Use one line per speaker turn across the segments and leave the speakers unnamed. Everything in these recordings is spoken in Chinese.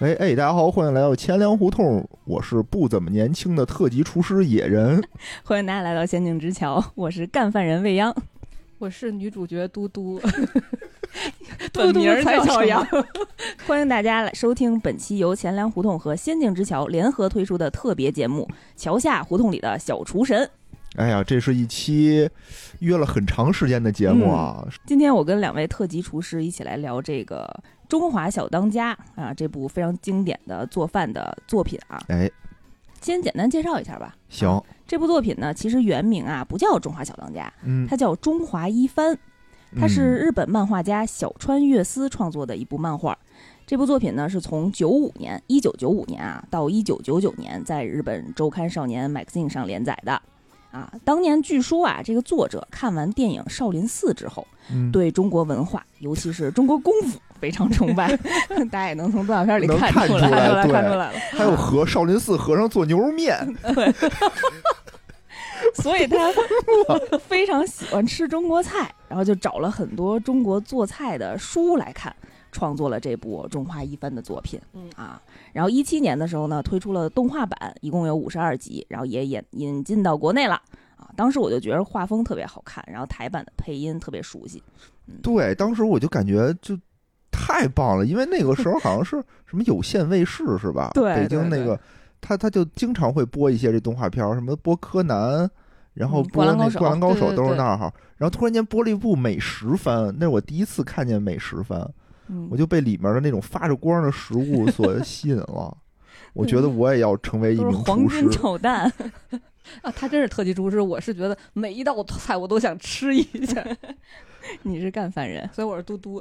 哎哎，大家好，欢迎来到钱粮胡同，我是不怎么年轻的特级厨师野人。
欢迎大家来到仙境之桥， 我是干饭人未央，
我是女主角嘟 嘟，
本名儿
才
叫
叫
什
杨。
欢迎大家来收听本期由钱粮胡同和仙境之桥联合推出的特别节目《桥下胡同里的小厨神》。
哎呀，这是一期约了很长时间的节目啊，
今天我跟两位特级厨师一起来聊这个《中华小当家》啊，这部非常经典的做饭的作品啊。
哎，
先简单介绍一下吧。
行，
这部作品呢，其实原名啊不叫《中华小当家》，
嗯，
它叫《中华一番》。它是日本漫画家小川悦司创作的一部漫画。这部作品呢，是从九五年，一九九五年啊，到一九九九年在日本周刊少年 Magazine 上连载的。啊，当年据说啊，这个作者看完电影《少林寺》之后，
嗯、嗯，
对中国文化，尤其是中国功夫非常 崇拜。大家也能从动画片里
能
看
看
出
出
来
来，对
看出来了，
还有和少林寺和尚做牛肉面，
所以 他非常喜欢吃中国菜，然后就找了很多中国做菜的书来看，创作了这部《中华一番》的作品。
嗯
啊，然后一七年的时候呢，推出了动画版，一共有五十二集，然后也引引进到国内了。啊，当时我就觉得画风特别好看，然后台版的配音特别熟悉。
对，当时我就感觉就太棒了，因为那个时候好 像是什么有线卫视是吧？
对
北京
对
那
对
个，他他就经常会播一些这动画片儿，什么播柯南，然后
嗯
播
灌篮
那
高
《
手
灌篮高
对
手》
对
都是
对
那儿哈。然后突然间播了一部美食番，那是我第一次看见美食番，
嗯
我，就被里面的那种发着光的食物 所吸引了。我觉得我也要成为一
都是
名
黄
厨师
金，炒 蛋，
啊，他真是特级厨师，我是觉得每一道菜我都想吃一下，
你是干饭人。
所以我是嘟嘟。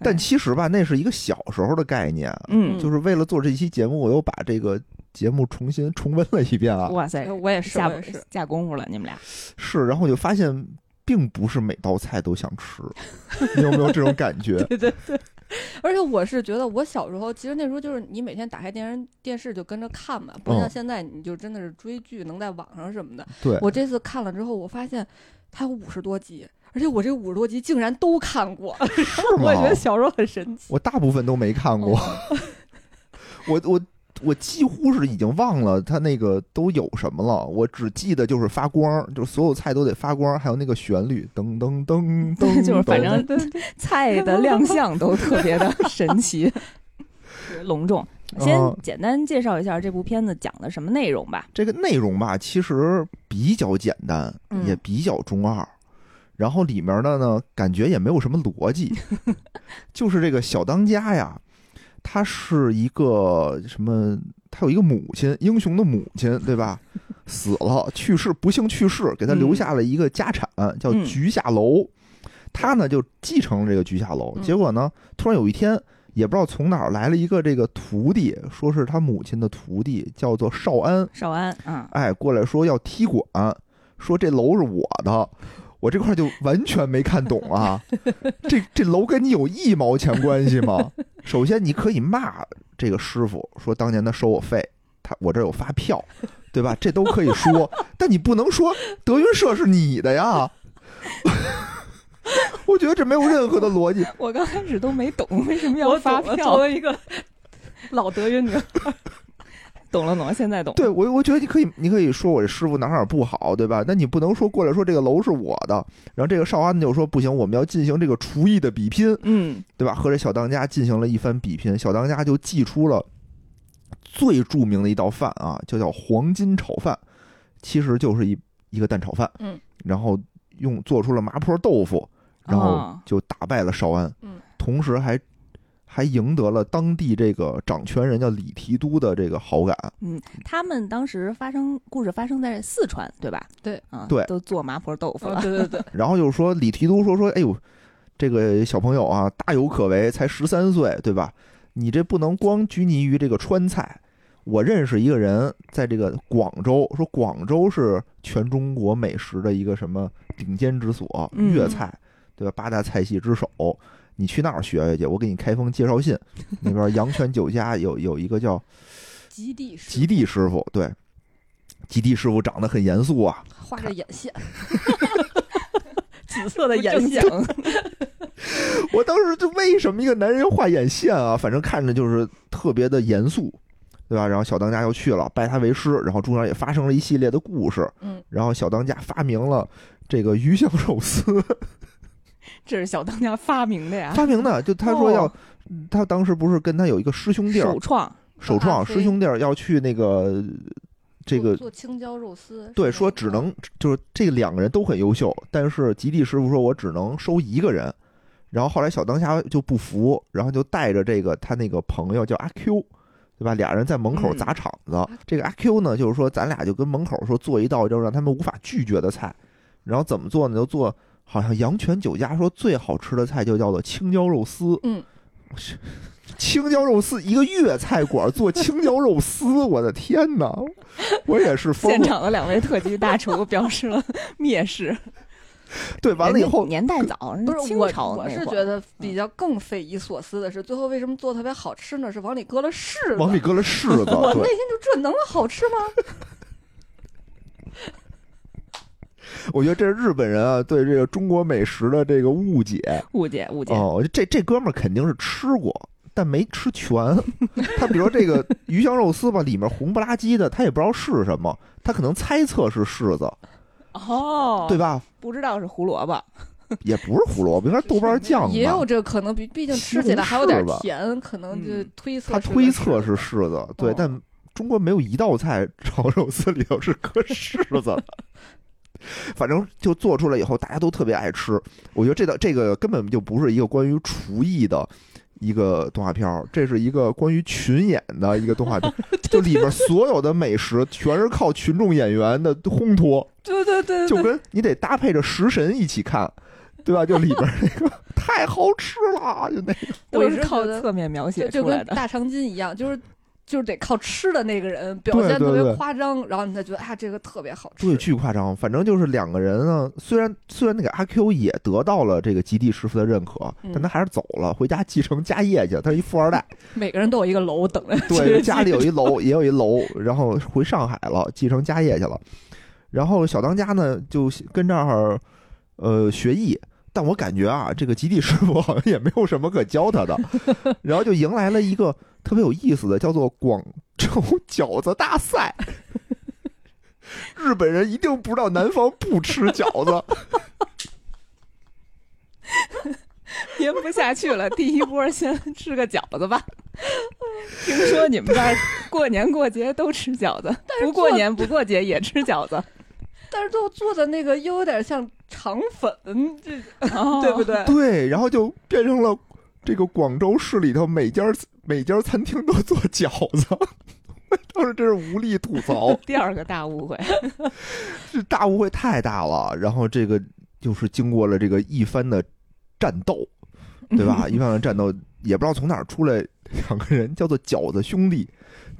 但其实吧，那是一个小时候的概念，
嗯，
就是为了做这期节目，我又把这个节目重新重温了一遍啊。
哇塞，
哎我也是，
下
我也 是。
下功夫了，你们俩。
是，然后我就发现，并不是每道菜都想吃，你有没有这种感觉？
而且我是觉得，我小时候其实那时候就是你每天打开电视电视就跟着看嘛，不像
嗯
现在你就真的是追剧能在网上什么的。
对，
我这次看了之后，我发现它有五十多集，而且我这五十多集竟然都看 过，
是吗
我也觉？得小时候很神奇。
我大部分都没看
哦
过，我我我几乎是已经忘了它那个都有什么了，我只记得就是发光，就所有菜都得发光，还有那个旋律，噔噔噔噔，
就是反
噔
正
对对对
菜的亮相都特别的神 奇、隆重。 先
哦
啊
简单介绍一下这部片子讲的什么内容吧。
这个内容吧，其实比较简单，
嗯
也比较中二。然后里面的呢，感觉也没有什么逻 辑，就是这个小当家呀，他是一个什么？他有一个母亲，英雄的母亲，对吧？死了，去世，不幸去世，给他留下了一个家产，叫
嗯
菊下楼。他呢就继承了这个菊下楼，
嗯
结果呢，突然有一天，也不知道从哪儿来了一个这个徒弟，说是他母亲的徒弟，叫做少安。
少安啊，
哎，过来说要踢馆，说这楼是我的，我这块就完全没看懂啊，这这楼跟你有一毛钱关系吗？首先，你可以骂这个师傅，说当年他收我费，他我这儿有发票，对吧？这都可以说，但你不能说德云社是你的呀。 我觉得这没有任何的逻辑，
我刚开始都没懂为什么
我
要发
懂了
票
作，为一个老德云女孩，
懂了懂了，现在懂了。
对我，我觉得你可以，你可以说我这师傅哪哪儿不好，对吧？那你不能说过来说这个楼是我的，然后这个少安就说不行，我们要进行这个厨艺的比拼，
嗯，
对吧？和这小当家进行了一番比拼，小当家就祭出了最著名的一道饭啊，就叫黄金炒饭，其实就是一一个蛋炒饭，
嗯，
然后用做出了麻婆豆腐，然后
哦
就打败了少安，
嗯，
同时还还赢得了当地这个掌权人叫李提督的这个好感，
他们当时发生故事发生在四川，对哦吧？
对，
啊，
对
都做麻婆豆腐了。
哦对对对，
然后就是说李提督说说，哎呦，这个小朋友啊，大有可为，才十三岁，对吧？你这不能光拘泥于这个川菜。我认识一个人，在这个广州，说广州是全中国美食的一个什么顶尖之所，
嗯
粤菜，对吧？八大菜系之首，你去那儿学学去，我给你开封介绍信。那边阳泉酒家有有一个叫
极地是
极地师傅，对，极地师傅长得很严肃啊，
画着眼线，
紫色的
眼
眼
线
线，
我当时就为什么一个男人要画眼线啊？反正看着就是特别的严肃，对吧？然后小当家又去了，拜他为师，然后中间也发生了一系列的故事。
嗯，
然后小当家发明了这个鱼香肉丝，
这是小当家发明的呀，
发明的就他说要
啊哦，
他当时不是跟他有一个师兄弟儿
首创。
首创
阿飞
师兄弟儿要去那个这
做
个
做青椒肉丝，
对，
是
说
吗
只能就是这两个人都很优秀，但是吉地师傅说我只能收一个人。然后后来小当家就不服，然后就带着这个他那个朋友叫阿 Q，对吧？俩人在门口
嗯
砸场子。这个阿 Q 呢，就是说咱俩就跟门口说做一道就让他们无法拒绝的菜，然后怎么做呢？就做好像阳泉酒家说最好吃的菜就叫做青椒肉丝。
嗯，
青椒肉丝一个粤菜馆做青椒肉丝，我的天哪！我也是疯
现
了。
场的两位特级大 厨表示了蔑视。
对，完
哎
了以后
人家年代早，人
不
家
是
清
我
朝，
我
那
是
会儿嗯
觉得比较更匪夷所思的是，最后为什么做特别好吃呢？是往里搁了柿子。
往里搁了柿子，
我内
对，
心就这能好吃吗？
我觉得这是日本人啊对这个中国美食的这个误解
误解误解。
哦。这这哥们儿肯定是吃过，但没吃 全。他比如说这个鱼香肉丝吧，里面红不拉几的，他也不知道是什么，他可能猜测是柿子，
哦，
对，吧？
不知道是胡萝卜。
也不是胡萝卜，应该是豆瓣酱
也有
吧。
这个可能，毕毕竟
西
吃
红
起来还有点
柿吧
甜，可能就
嗯
推测
他
是个
推测
柿
是
子
柿子，对
哦，
但中国没有一道菜炒肉丝里头是搁柿子的。 反正就做出来以后，大家都特别爱吃。我觉得这道这个根本就不是一个关于厨艺的一个动画片儿，这是一个关于群演的一个动画片儿， 就里面所有的美食全是靠群众演员的烘托，
对对对
就
对，
跟你得搭配着食神一起看，对吧？就里面那个 太好吃了，就那个
我
都
是
是
觉
靠
得
侧面描
就
写
就
出来
跟
的。
大长今一样，就是就是得靠吃的那个人表
对
现
对
特别
对
夸张，然后你才觉得啊这个特别好吃。
对，巨夸张。反正就是两个人呢，虽然虽然那个阿 Q 也得到了这个极地师傅的认可，
嗯
但他还是走了，回家继承家业去。他是一富二代，
每个人都有一个楼等着。
对，家里有一楼，也有一楼，然后回上海了，继承家业去了。然后小当家呢，就跟这儿呃学艺。但我感觉啊，这个极地师傅好像也没有什么可教他的，然后就迎来了一个特别有意思的，叫做广州饺子大赛。 日本人一定不知道南方不吃饺子，
编不下去了，第 一波先吃个饺子吧。听说你们这儿过年过节都吃饺子，不过年不过节也吃饺 子，
但是最后做的那个又有点像肠粉，这对
对，
不？对？
对，然后就变成了这个广州市里头每家每家餐厅都做饺子， 我当时真是无力吐槽
第二个大误会，
这大误会太大了。然后这个就是经过了这个一番的战斗，对 吧？一番的战斗，也不知道从哪儿出来两个人，叫做饺子兄弟。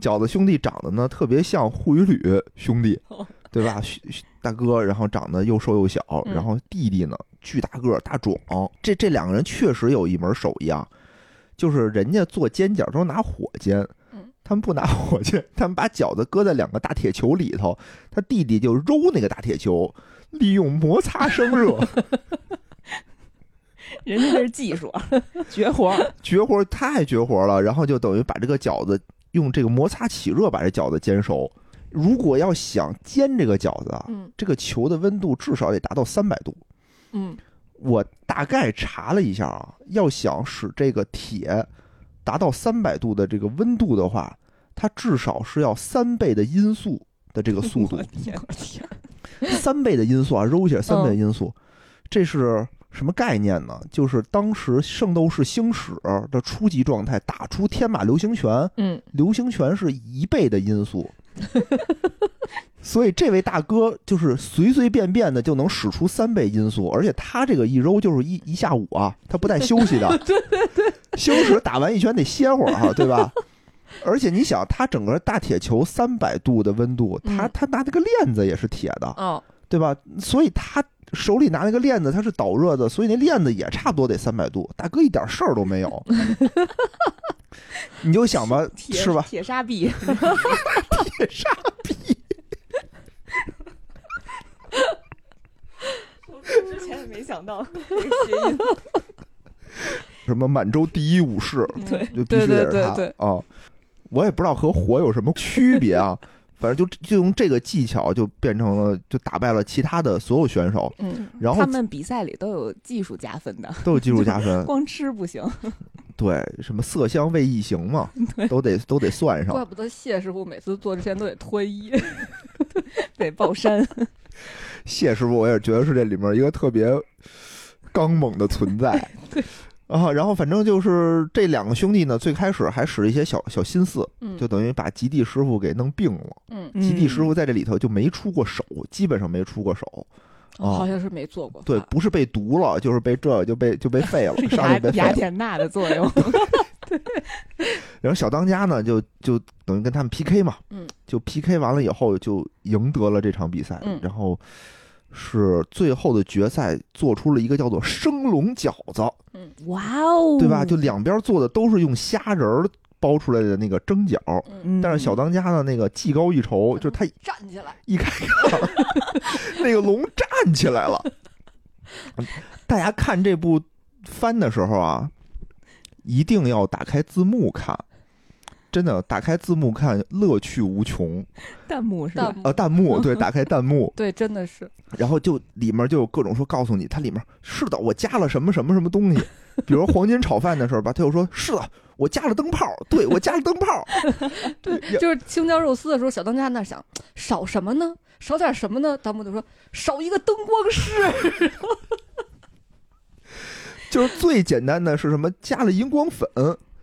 饺子兄弟长得呢特别像护鱼吕兄弟
哦，
对吧？嘘嘘大哥，然后长得又瘦又小，
嗯
然后弟弟呢巨大个儿大壮。这这两个人确实有一门手艺啊，就是人家做煎饺都拿火煎
嗯。
他们不拿火煎，他们把饺子搁在两个大铁球里头，他弟弟就揉那个大铁球，利用摩擦生热，
人家这是技术， 绝活儿。
绝活儿太绝活儿了，然后就等于把这个饺子用这个摩擦起热把这饺子煎熟。如果要想煎这个饺子啊，
嗯
这个球的温度至少得达到三百度。
嗯，
我大概查了一下啊，要想使这个铁达到三百度的这个温度的话，它至少是要三倍的音速的这个速 度
我，天，
三倍的音速啊，揉起来三倍的音速，这是什么概念呢？就是当时《圣斗士星矢》的初级状态打出天马流星拳，
嗯，
流星拳是一倍的音 速。所以这位大哥就是随随便便的就能使出三倍音速，而且他这个一揉就是一一下午啊，他不带休息的。 对对对，星矢打完一拳得歇会儿哈、对吧？而且你想，他整个大铁球三百度的温度，他
嗯
他拿那个链子也是铁的，
哦，
对吧？所以他手里拿那个链子，它是导热的，所以那链子也差不多得三百度。大哥一点事儿都没有，你就想吧，
铁
是吧？
铁砂 臂，
铁砂臂，
之前也没想到这个谐音。
什么满洲第一武士，
嗯
对，
就必须得是
对
他
对对
啊。我也不知道和火有什么区别啊， 反正就就用这个技巧就变成了，就打败了其他的所有选手，
嗯，
然后
他们比赛里都有技术加分 的，
都有技术加分。
光吃不行。
对，什么色香味异形嘛，都得都得算上
怪。不得谢师傅每次做之前都得脱衣，
对，报山
谢师傅，我也觉得是这里面一个特别刚猛的存在。 啊，然后反正就是这两个兄弟呢，最开始还使了一些小小心思，
嗯，
就等于把极地师傅给弄病了。
嗯，
极地师傅在这里头就没出过手，基本上没出过手。啊
好像是没做过饭，
对，不是被毒了，就是被这就被就被废 了，上
雅
去被废
雅
了。
典娜的作用，
然后小当家呢，就就等于跟他们 PK 嘛，
嗯，
就 PK 完了以后就赢得了这场比赛，
嗯
然后是最后的决赛做出了一个叫做生龙饺子，
哇哦，
对吧？就两边做的都是用虾仁儿包出来的那个蒸饺，
嗯，
但是小当家的那个技高一筹，就是他
站起来，
一开杠，那个龙站起来了。大家看这部番的时候啊，一定要打开字幕看，真的打开字幕看乐趣无穷。
弹幕是吧
弹？幕
呃，弹幕对，打开弹幕，
对，真的是，
然后就里面就有各种说告诉你，它里面是的，我加了什么什么什么东西，比如黄金炒饭的时候吧，他就说是的，我加了灯泡，对我加了灯泡，对，也
就是青椒肉丝的时候，小当家那想少什么呢？少点什么呢？弹幕就说少一个灯光师，
就是最简单的是什么加了荧光粉，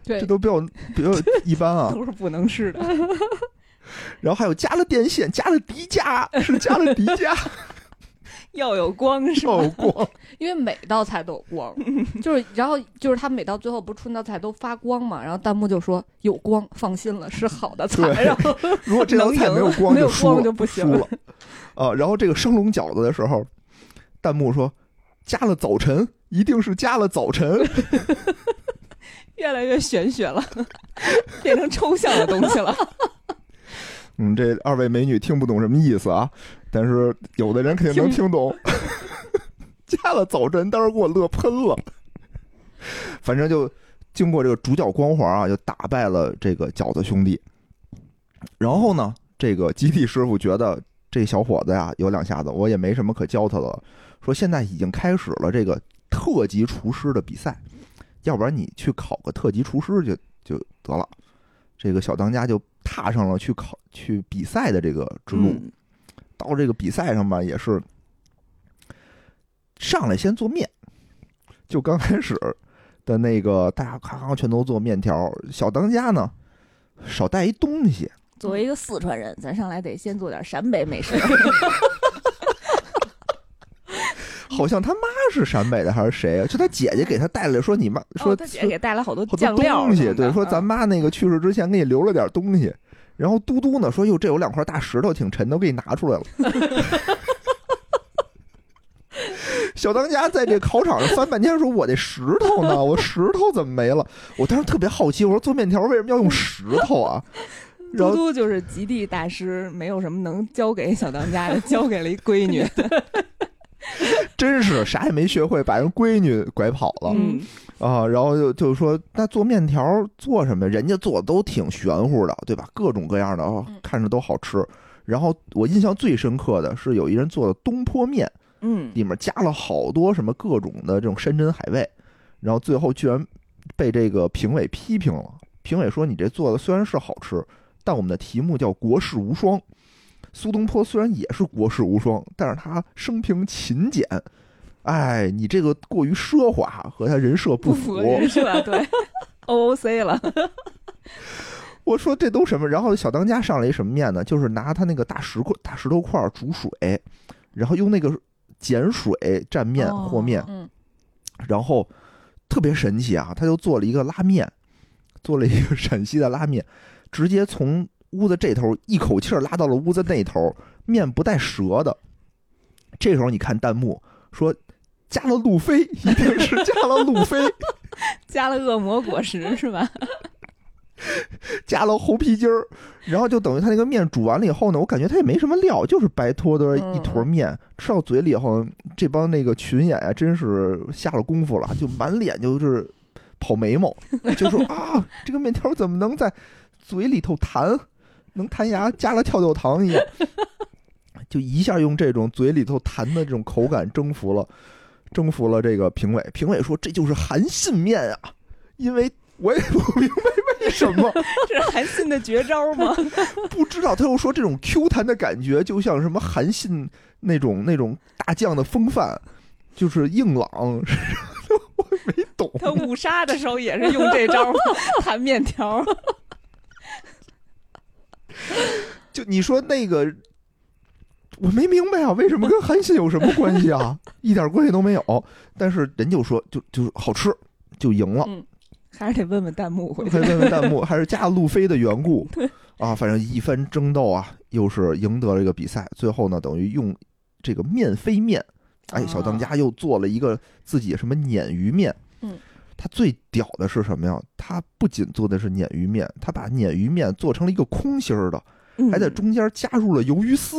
对
这，都比较比较一般啊。
都是不能吃 的，
然后还有加了电线，加了迪迦，是加了迪 迦
要有光是吧？
照光，
因为每道菜都有光，就是然后就是他每道最后不是春道菜都发光嘛，然后弹幕就说有光，放心了，是好的菜。
对
然后
如果这道菜没有光
没有
就输
光
了，
就不
输
行
了。啊，然后这个生龙饺子的时候，弹幕说加了早晨，一定是加了早晨。
越来越玄学了， 变成抽象的东西 了。
嗯，这二位美女听不懂什么意思啊，但是有的人肯定能听懂。 加了早晨，当时给我乐喷了。反正就经过这个主角光环啊，就打败了这个饺子兄弟。然后呢，这个基地师傅觉得这小伙子呀有两下子，我也没什么可教他的了。说现在已经开始了这个特级厨师的比赛，要不然你去考个特级厨师就就得了。这个小当家就踏上了去考去比赛的这个之路。
嗯
到这个比赛上吧，也是上来先做面，就刚开始的那个大家咔咔全都做面条。小当家呢，少带一东西，
作为一个四川人，咱上来得先做点陕北美食。
好像他妈是陕北的还是谁啊？就他姐姐给他带来说你妈 说
哦他姐给带来好多
好
酱
多
料
东
什
西，
么的
对，说
嗯
咱妈那个去世之前给你留了点东西。然后嘟嘟呢说：“哟，这有两块大石头，挺沉的，我给你拿出来了。” 小当家在这考场上翻半天，说：“我这石头呢？我石头怎么没了？”我当时特别好奇，我说：“做面条为什么要用石头啊？”然
嘟
后
嗯嘟就是极地大师，没有什么能教给小当家的，教给了一闺 女。
真是啥也没学会，把人闺女拐跑了。
嗯，
啊，然后就就说那做面条儿做什么呀？人家做的都挺玄乎的，对吧？各种各样的，哦
嗯
看着都好吃。然后我印象最深刻的是有一人做的东坡面，
嗯，
里面加了好多什么各种的这种山珍海味，然后最后居然被这个评委批评了。评委说你这做的虽然是好吃，但我们的题目叫国士无双。苏东坡虽然也是国士无双，但是他生平勤俭，哎，你这个过于奢华和他人设不符。
人设，对 ，O O C 了。
我说这都什么？然后小当家上来一什么面呢？就是拿他那个大石块、大石头块儿煮水，然后用那个碱水蘸面
哦
和面，
嗯，
然后特别神奇啊，他就做了一个拉面，做了一个陕西的拉面，直接从屋子这头一口气儿拉到了屋子那头，面不带折的。这时候你看弹幕说加了路飞，一定是加了路飞，
加了恶魔果实是吧？
加了猴皮筋儿，然后就等于他那个面煮完了以后呢，我感觉他也没什么料，就是白脱的一坨面，吃到嘴里以后，这帮那个群演啊，真是下了功夫了，就满脸就是跑眉毛，就说啊，这个面条怎么能在嘴里头弹，能弹牙，加了跳跳糖一样， 就一下用这种嘴里头弹的这种口感征服了，征服了这个评委。评委说这就是韩信面啊，因为我也不明白为什么，
这是韩信的绝招吗？
不知道他又说这种 Q 弹的感觉，就像什么韩信那种那种大将的风范，就是硬朗， 我没懂。
他五杀的时候也是用这招吗？ 弹面条，
就你说那个，我没明白啊，为什么跟韩信有什么关系啊？一点关系都没有。但是人就说，就就是好吃，就赢了。
还是得问问弹幕回
可
去
以。问问弹幕，还是加路飞的缘故啊？反正一番争斗啊，又是赢得了这个比赛。最后呢，等于用这个面飞面，哎，小当家又做了一个自己什么鲶鱼面。
嗯，
他最屌的是什么呀？他不仅做的是鲶鱼面，他把鲶鱼面做成了一个空心儿的，
嗯
还在中间加入了鱿鱼丝。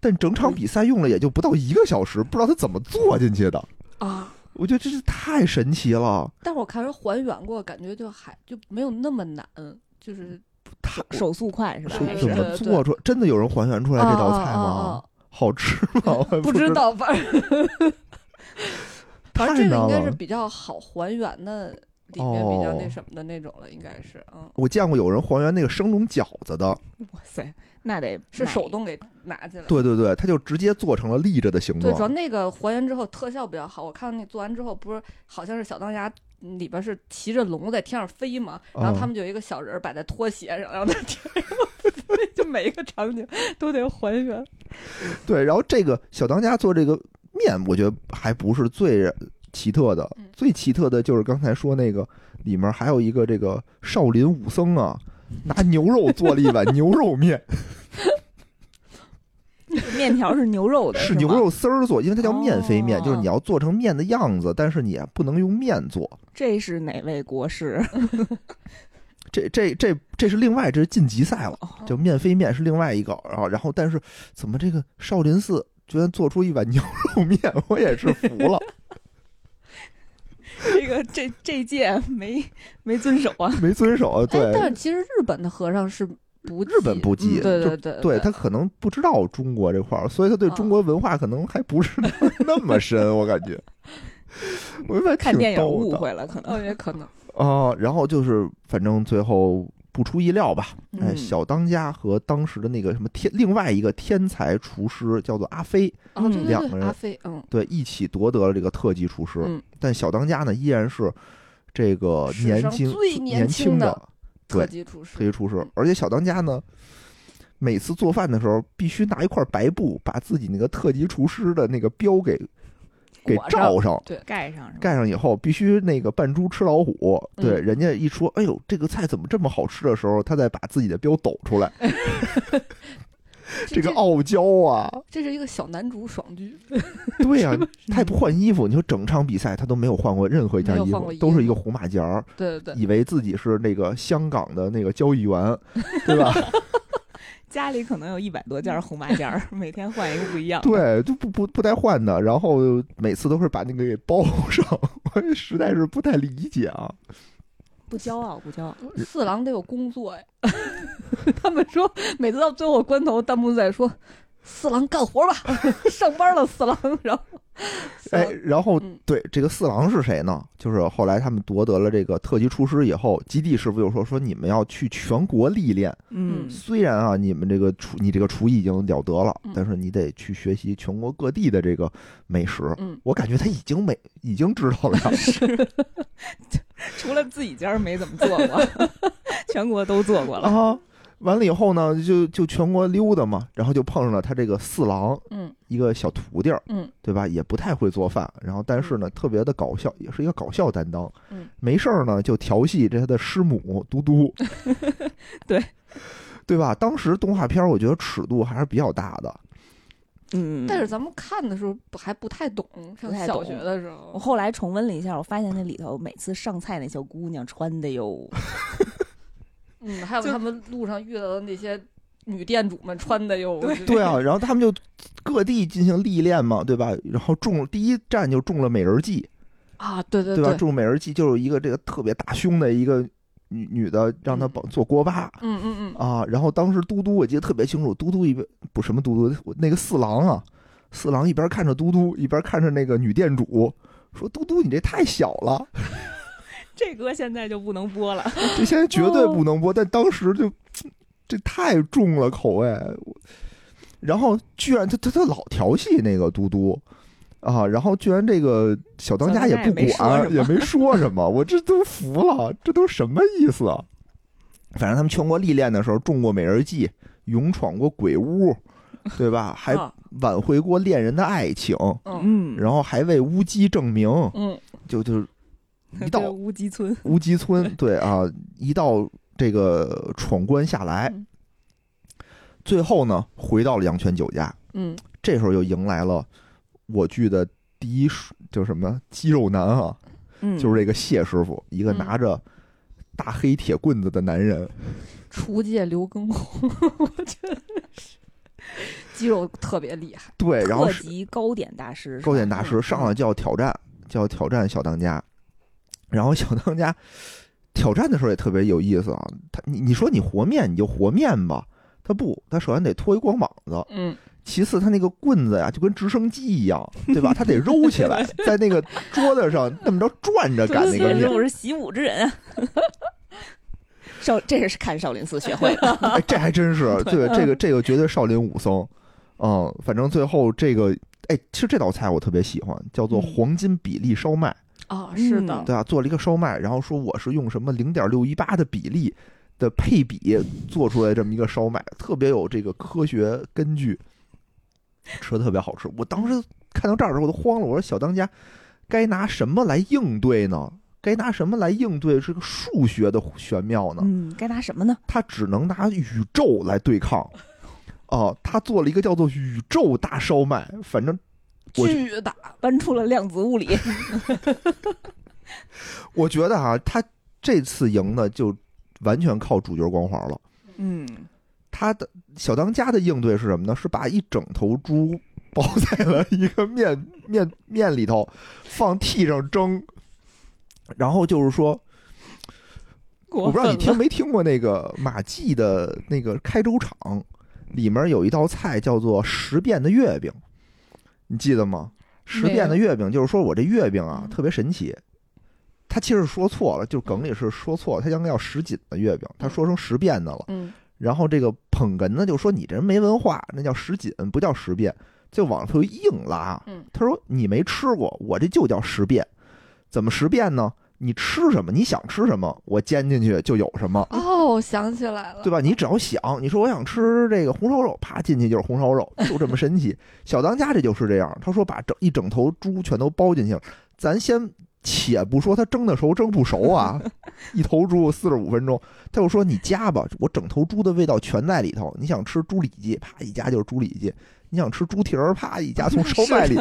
但整
嗯
场比赛用了也就不到一个小时，不知道他怎么做进去的。
啊。
我觉得这是太神奇了，
但是我看人还原过，感觉就还就没有那么难，就是
他
手速快是吧？
手
还
怎
是
么做出？真的有人还原出来这道菜吗？
啊啊啊啊
好吃吗？我也
不
知
知，道，反正反
太
正这
难
个应该是
了
比较好还原的，里面比较
哦
那什么的那种了，应该是嗯，
我见过有人还原那个生龙饺子的，
哇塞，那得
是
买
手动给拿进来。
对对对，他就直接做成了立着的形
对，主要
状。
那个还原之后特效比较好。我看那做完之后，不是好像是小当家嗯里边是骑着龙在天上飞嘛，然后
嗯
他们就有一个小人儿摆在拖鞋上，然后在天上 飞，就每一个场景都得还原。
对，然后这个小当家做这个面，我觉得还不是最奇特的
嗯，
最奇特的就是刚才说那个里面还有一个这个少林武僧啊，拿牛肉做了一碗牛肉 面，
面条是牛肉的，
是
吗
牛，肉丝儿做，因为它叫面飞面，
哦
就是你要做成面的样子，但是你不能用面做。
这是哪位国师？
这这这这是另外，这是晋级赛
哦
了，就面飞面是另外一个，然后然后但是怎么这个少林寺居然做出一碗牛肉面，我也是服 了。
这个这这届没没遵守啊，
没遵守，
哎，
对
但是其实日本的和尚是不
日本不
嗯
忌
对
就
对对
对，他可能不知道中国这块儿，所以他对中国文化可能还不是 那那么深，我感觉。我觉得还
看
挺
电影
逗
误
的
会了，可能
哦也可能
啊、然后就是反正最后不出意料吧，哎，
嗯
小当家和当时的那个什么天另外一个天才厨师叫做阿飞，
哦对
嗯两个
对对，
人
阿飞嗯
对，一起夺得了这个特级厨师。
嗯
但小当家呢，依然是这个
史
年
上
轻
最
年
年
轻
轻
的
的
对
特级厨
特级
师
厨师，而且小当家呢，每次做饭的时候必须拿一块白布把自己那个特级厨师的那个标给给
裹上
罩上。
盖上是吧？
盖上以后，必须那个扮猪吃老虎。
嗯
对，人家一说“哎呦，这个菜怎么这么好吃”的时候，他再把自己的标抖出 来，这个傲娇 啊，
这是一个小男主爽剧，
对呀、他
嗯
也不换衣服。你说整场比赛他都没有换过任何一件
没有
衣
换
服
过，衣
都是一个
服
红马甲儿，
对对对，
以为自己是那个香港的那个交易 员，对吧？
家里可能有一百多件红马甲儿， 每天换一个不一样。，
对，就不不不带换的，然后每次都是把那个给包上，我也实在是不太理解啊。
不骄傲，不骄傲。
四郎得有工作呀。 他们说每次到最后关头，弹幕在说“四郎干活吧， 上班了，四郎”，然后四郎
哎，然后
嗯
对这个四郎是谁呢？就是后来他们夺得了这个特级厨师以后，基地师傅就说说你们要去全国历练，
嗯，
虽然啊你们这个厨你这个厨艺已经了得了
嗯，
但是你得去学习全国各地的这个美食。
嗯，
我感觉他已经没已经知道了呀
除了自己家儿没怎么做过， 哦全国都做过了。
啊。完了以后呢，就就全国溜达嘛，然后就碰上了他这个四郎，
嗯
一个小徒弟儿，
嗯，
对吧？也不太会做饭，然后但是呢，特别的搞笑，也是一个搞笑担当。
嗯，
没事儿呢就调戏这他的师母嘟嘟，
对，
对吧？当时动画片儿我觉得尺度还是比较大的，
嗯，
但是咱们看的时候不还不太懂，
不
上
太
小
懂哦
学的时
我
候，
后来重温了一下，我发现那里头每次上菜那小姑娘穿的哟，
嗯，还有
就
他们路上遇到的那些女店主们穿的又
对
对啊。，然后他们就各地进行历练嘛，对吧？然后中第一站就中了美人计，
啊，对对
对吧？住美人计就是一个这个特别大胸的一个女女的，让她帮做锅巴。
嗯嗯嗯，
啊，然后当时嘟嘟我记得特别清楚，嘟嘟一边不什么嘟嘟，我那个四郎啊，四郎一边看着嘟嘟，一边看着那个女店主，说：“嘟嘟，你这太小了，
这歌现在就不能播了。
这现在绝对不能播。但当时就这太重了口味，我然后居然他他他老调戏那个嘟嘟。啊，然后居然这个小当家也不管，
小当家也
也
没说什么
没说什么，我这都服了，这都什么意思啊？反正他们全国历练的时候中过美人计，勇闯过鬼屋，对吧？还
啊
挽回过恋人的爱情，
嗯，
嗯
然后还为乌鸡证明，
嗯
就就一
这个
到
乌鸡村，
乌鸡村，对啊，一到这个闯关下来
嗯，
最后呢回到了阳泉酒家，
嗯
这时候又迎来了我剧的第一是就是什么呢肌肉男啊，
嗯，
就是这个谢师傅，一个
嗯
拿着大黑铁棍子的男人，
厨界刘畊宏， 我觉得是肌肉特别厉害。
对，哎然后
特
是
级糕点大师是吧，
糕点大师
嗯
上来就要挑战，就要挑战小当家。然后小当家挑战的时候也特别有意思啊，他你你说你和面你就和面吧，他不，他首先得脱一光膀子，
嗯，
其次他那个棍子呀就跟直升机一样，对吧？他得揉起来，在那个桌子上那么着转着擀那个
谢师
面，
傅是习武之人啊。 少，这也是看少林寺学会的。
哎，这还真是对这个这个绝对少林武僧，嗯，反正最后这个哎，其实这道菜我特别喜欢，叫做
嗯
黄金比例烧麦。
啊，是的
嗯，
对啊，做了一个烧麦，然后说我是用什么零点六一八的比例的配比做出来这么一个烧麦，特别有这个科学根据，吃的特别好吃。我当时看到这儿的时候我都慌了，我说小当家该拿什么来应对呢？该拿什么来应对这个数学的玄妙呢？
嗯，该拿什么呢？
他只能拿宇宙来对抗。哦、他做了一个叫做宇宙大烧麦，反正我觉
巨大，
搬出了量子物理。
我觉得啊，他这次赢的就完全靠主角光环了。
嗯，
他的小当家的应对是什么呢？是把一整头猪包在了一个面面面里头，放屉上蒸，然后就是说，我
我
不知道你听没听过那个马季的那个开州场，里面有一道菜叫做十变的月饼，你记得吗？十变的月饼就是说我这月饼啊
嗯
特别神奇，他其实说错了，就梗里是说错了，他应该要十斤的月饼，他说成十变的了。
嗯
然后这个捧哏呢就说你这人没文化，那叫十锦，不叫十变，就往头硬拉。啊
嗯
他说你没吃过，我这就叫十变，怎么十变呢？你吃什么，你想吃什么，我煎进去就有什么，
哦，想起来了，
对吧？你只要想，你说我想吃这个红烧肉，啪进去就是红烧肉，就这么神奇。小当家这就是这样，他说把整一整头猪全都包进去了，咱先。且不说他蒸的熟蒸不熟啊，一头猪四十五分钟，他又说你夹吧，我整头猪的味道全在里头。你想吃猪里脊，啪一夹就是猪里脊；你想吃猪蹄儿，啪一夹从烧麦里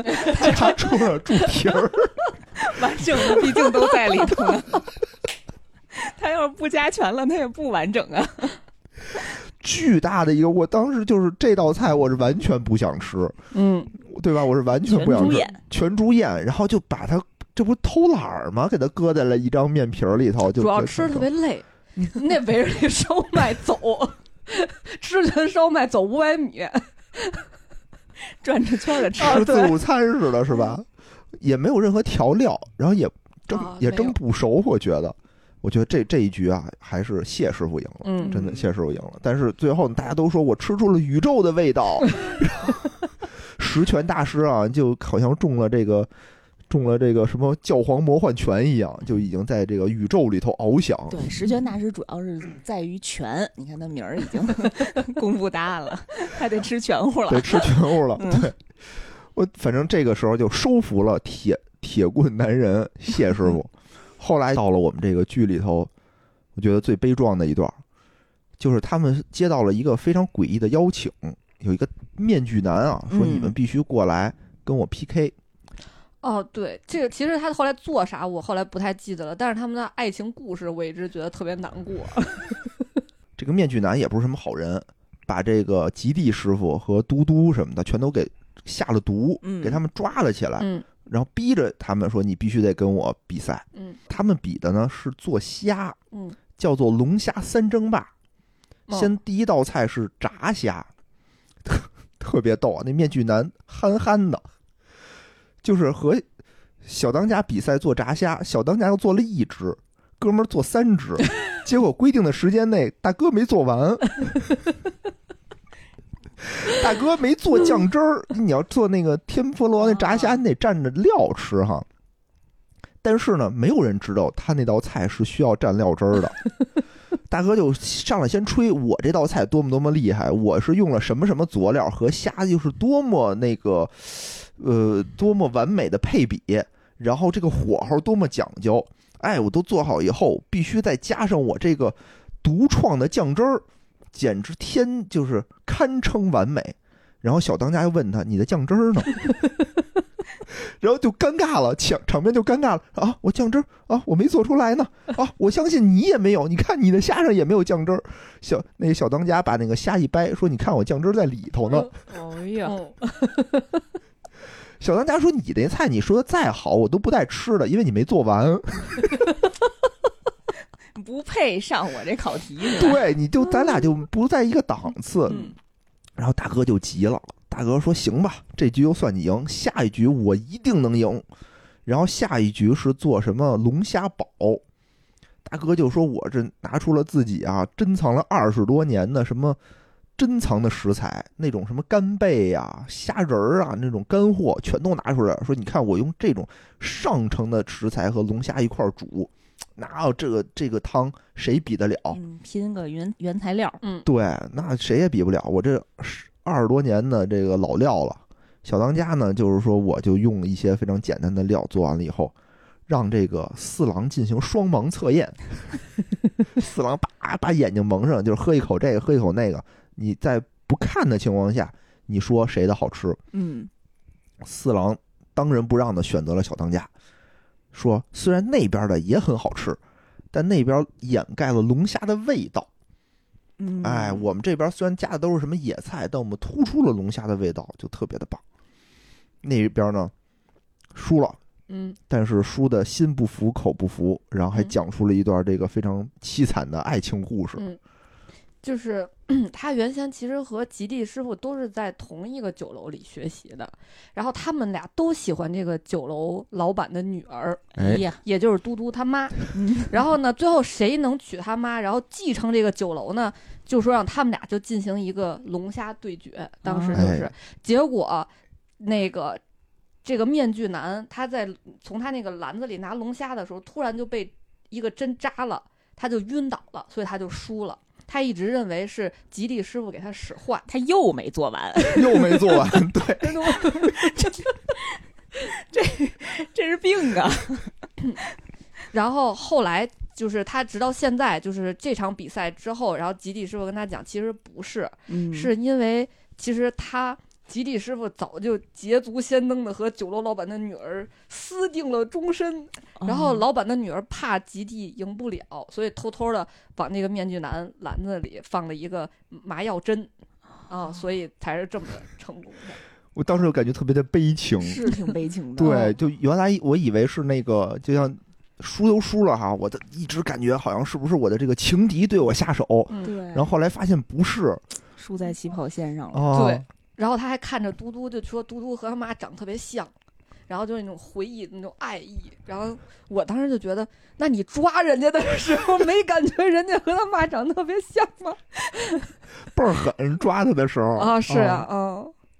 夹出了猪蹄儿。
完整的毕竟都在里头呢。 他要是不加全了，他也不完整 啊。
巨大的一个，我当时就是这道菜，我是完全不想吃，
嗯，
对吧？我是完全不想
猪
吃，
眼，
全猪宴，然后就把它这不偷懒儿吗？给它搁在了一张面皮儿里头，就
主要
就
吃特别累，那围着那烧麦走， 吃全烧麦走五百米，
转着圈的吃。
啊
吃自
哦对，
助餐似的，是吧？也没有任何调料，然后也蒸、
嗯啊
也
没
蒸
有
不熟，我觉得，我觉得这这一局啊，还是谢师傅赢了。
嗯
真的，
嗯
谢师傅赢了，但是最后大家都说我吃出了宇宙的味 道。然后十全大师啊，就好像中了这个中了这个什么教皇魔幻拳一样，就已经在这个宇宙里头翱翔。
十全大师主要是在于全，你看他名儿已经 公布答案了， 还得吃全乎了
对，。吃全乎了。
嗯
对，我反正这个时候就收服了铁铁棍男人谢师傅。后来到了我们这个剧里头，我觉得最悲壮的一段儿，就是他们接到了一个非常诡异的邀请，有一个面具男啊，说
嗯
你们必须过来跟我 PK。
哦，对，这个其实他后来做啥，我后来不太记得了，但是他们的爱情故事，我一直觉得特别难过。
哎这个面具男也不是什么好人，把这个极地师傅和嘟嘟什么的全都给下了毒，
嗯
给他们抓了起来。
嗯
然后逼着他们说你必须得跟我比赛。
嗯
他们比的呢是做虾，
嗯，
叫做龙虾三争霸。
哦
先第一道菜是炸虾，特特别逗啊！那面具男憨憨的，就是和小当家比赛做炸虾，小当家又做了一只，哥们儿做三只， 结果规定的时间内大哥没做完。大哥没做酱汁儿，你要做那个天妇罗那炸虾，
啊
你得蘸着料吃哈。但是呢，没有人知道他那道菜是需要蘸料汁儿的。大哥就上来先吹我这道菜多么多么厉害，我是用了什么什么佐料和虾就是多么那个，呃，多么完美的配比，然后这个火候多么讲究，哎，我都做好以后，必须再加上我这个独创的酱汁儿，简直天就是堪称完美。然后小当家又问他：“你的酱汁儿呢？” 然后就尴尬了，场场面就尴尬了啊！我酱汁儿啊，我没做出来呢啊！我相信你也没有，你看你的虾上也没有酱汁儿。小那个小当家把那个虾一掰，说：“你看我酱汁儿在里头
嗯
呢。
哎呀，
嗯
哦，”
小当家说：“你那菜你说的再好，我都不带吃的，因为你没做完。
不配上我这考题。
对，你就咱俩就不在一个档次。
嗯
然后大哥就急了，大哥说：“行吧，这局就算你赢，下一局我一定能赢。”然后下一局是做什么龙虾堡，大哥就说：“我这拿出了自己啊珍藏了二十多年的什么珍藏的食材，那种什么干贝呀、虾仁儿啊那种干货，全都拿出来了。说你看我用这种上乘的食材和龙虾一块儿煮，哪有这个这个汤谁比得了？”
嗯，拼个原原材料，
嗯，
对，那谁也比不了我这十二十多年的这个老料了。小当家呢，就是说我就用一些非常简单的料做完了以后，让这个四郎进行双盲测验。 四郎叭把眼睛蒙上，就是喝一口这个，喝一口那个。你在不看的情况下，你说谁的好吃？
嗯，
四郎当仁不让的选择了小当家，说虽然那边的也很好吃，但那边掩盖了龙虾的味道。
嗯，
哎，我们这边虽然加的都是什么野菜，但我们突出了龙虾的味道，就特别的棒。那边呢，输了，
嗯，
但是输的心不服口不服，然后还
嗯
讲述了一段这个非常凄惨的爱情故事。
嗯就是 他原先其实和吉地师傅都是在同一个酒楼里学习的，然后他们俩都喜欢这个酒楼老板的女儿，
哎
哎，
呀，
也就是嘟嘟他妈。
嗯
然后呢，最后谁能娶他妈，然后继承这个酒楼呢，就说让他们俩就进行一个龙虾对决。当时就是，
哎
结果那个这个面具男他在从他那个篮子里拿龙虾的时候，突然就被一个针扎了，他就晕倒了，所以他就输了。他一直认为是吉利师傅给他使坏，
他又没做完，
又没做完，对，
这是病啊！
然后后来就是他直到现在，就是这场比赛之后，然后吉利师傅跟他讲，其实不是，
嗯
是因为其实他吉利师傅早就捷足先登的和酒楼老板的女儿私定了终身，
哦
然后老板的女儿怕吉地赢不了，所以偷偷的往那个面具男篮子里放了一个麻药针，啊，所以才是这么成功的。
我当时就感觉特别的悲情。
是挺悲情的，
嗯对，就原来我以为是那个，就像输都输了哈，我的一直感觉好像是不是我的这个情敌对我下手，
对
嗯，，
然后后来发现不是
输在起跑线上了，
啊，
对，然后他还看着嘟嘟，就说嘟嘟和他妈长特别像。然后就是那种回忆，那种爱意。然后我当时就觉得，那你抓人家的时候，没感觉人家和他妈长得特别像吗？
倍儿狠，抓他的时候
啊，是啊，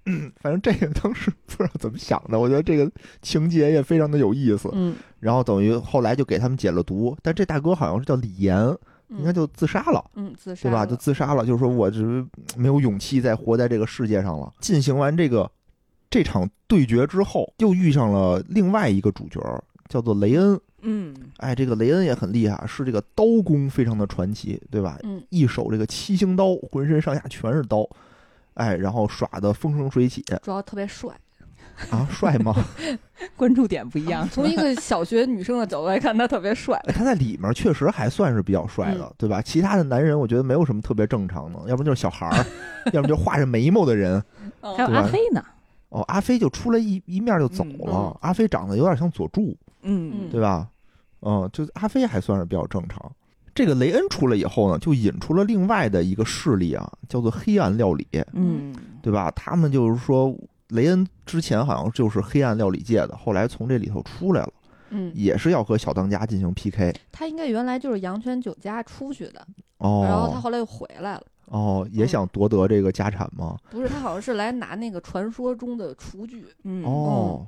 嗯，
反正这个当时不知道怎么想的，我觉得这个情节也非常的有意思。
嗯，
然后等于后来就给他们解了毒，但这大哥好像是叫李岩，应该就自杀了，
嗯自嗯杀
对吧？就自杀了，就是说我只是没有勇气再活在这个世界上了。进行完这个这场对决之后，又遇上了另外一个主角，叫做雷恩。
嗯，
哎，这个雷恩也很厉害，是这个刀工非常的传奇，对吧？
嗯，
一手这个七星刀，浑身上下全是刀，哎，然后耍的风生水起
主要特别 帅。
啊，帅吗？
关注点不 一样，
从一个小学女生的角度来看，他特别 帅。
哎，他在里面确实还算是比较帅
嗯
的，对吧？其他的男人我觉得没有什 么特别正常的，要不就是小孩儿，要么就画着眉毛的人。
哦
还有
对吧
阿飞呢，
哦，阿飞就出来一一面就走了。
嗯
阿飞长得有点像佐助，
嗯
嗯
对吧？嗯，就阿飞还算是比较正常。这个雷恩出来以后呢，就引出了另外的一个势力啊，叫做黑暗料理，
嗯
对吧？他们就是说，雷恩之前好像就是黑暗料理界的，后来从这里头出来了，
嗯，
也是要和小当家进行 PK。
他应该原来就是阳泉酒家出去的，然后他
哦
后来又回来了。
哦，
嗯
也想夺得这个家产吗？
不是，他好像是来拿那个传说中的厨具。
嗯
哦，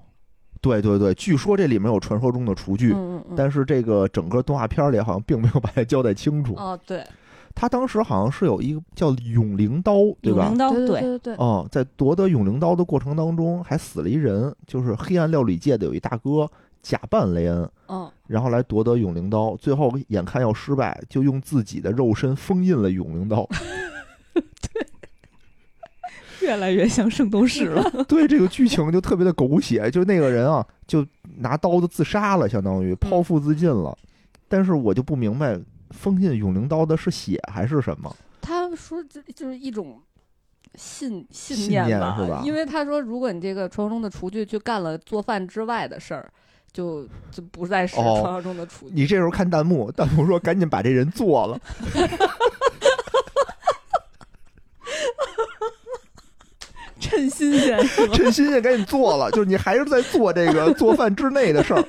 对对对，据说这里面有传说中的厨具，
嗯嗯嗯。
但是这个整个动画片里好像并没有把它交代清
嗯
楚。
哦，对，
他当时好像是有一个叫永灵刀，对
永
吧
灵？刀
对对对对，
哦、在夺得永灵刀的过程当中，还死了一人，就是黑暗料理界的有一大哥假扮雷恩，
嗯
然后来夺得永灵刀，最后眼看要失败，就用自己的肉身封印了永灵刀。
越来越像圣斗士 了。
对这个剧情就特别的狗血，就那个人啊，就拿刀子自杀了，相
嗯
当于剖腹自尽了。但是我就不明白，封印永灵刀的是血还是什么？
他说这就是一种信信
信
念
念
吧，
是吧
因为他说，如果你这个传说中的厨具去干了做饭之外的事儿，就就不再是
哦
传说中的厨具。
你这时候看弹幕，弹幕说赶紧把这人做了。
趁新鲜是吧？
趁新鲜赶紧做了，就是你还是在做这个做饭之内的事儿。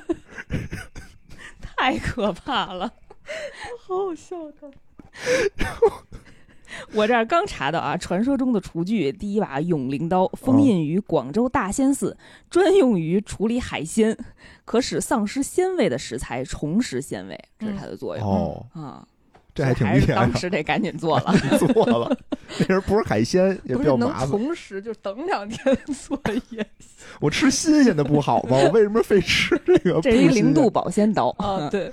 太可怕了，好好笑的。 我这儿刚查到啊，传说中的厨具第一把永灵刀封印于广州大仙寺，专用于处理海鲜，可使丧失鲜味的食材重拾鲜味，这是它的作用、
哦，
啊。
这还挺
还
厉
是
害
当
的，
时得赶紧做 了，
做了。那人不是海鲜也比
不是
较
能
麻烦，
同时就等两天 做也
我吃新鲜的不好吗？我为什么非吃这个？
这是一个零度，保鲜刀
啊，对，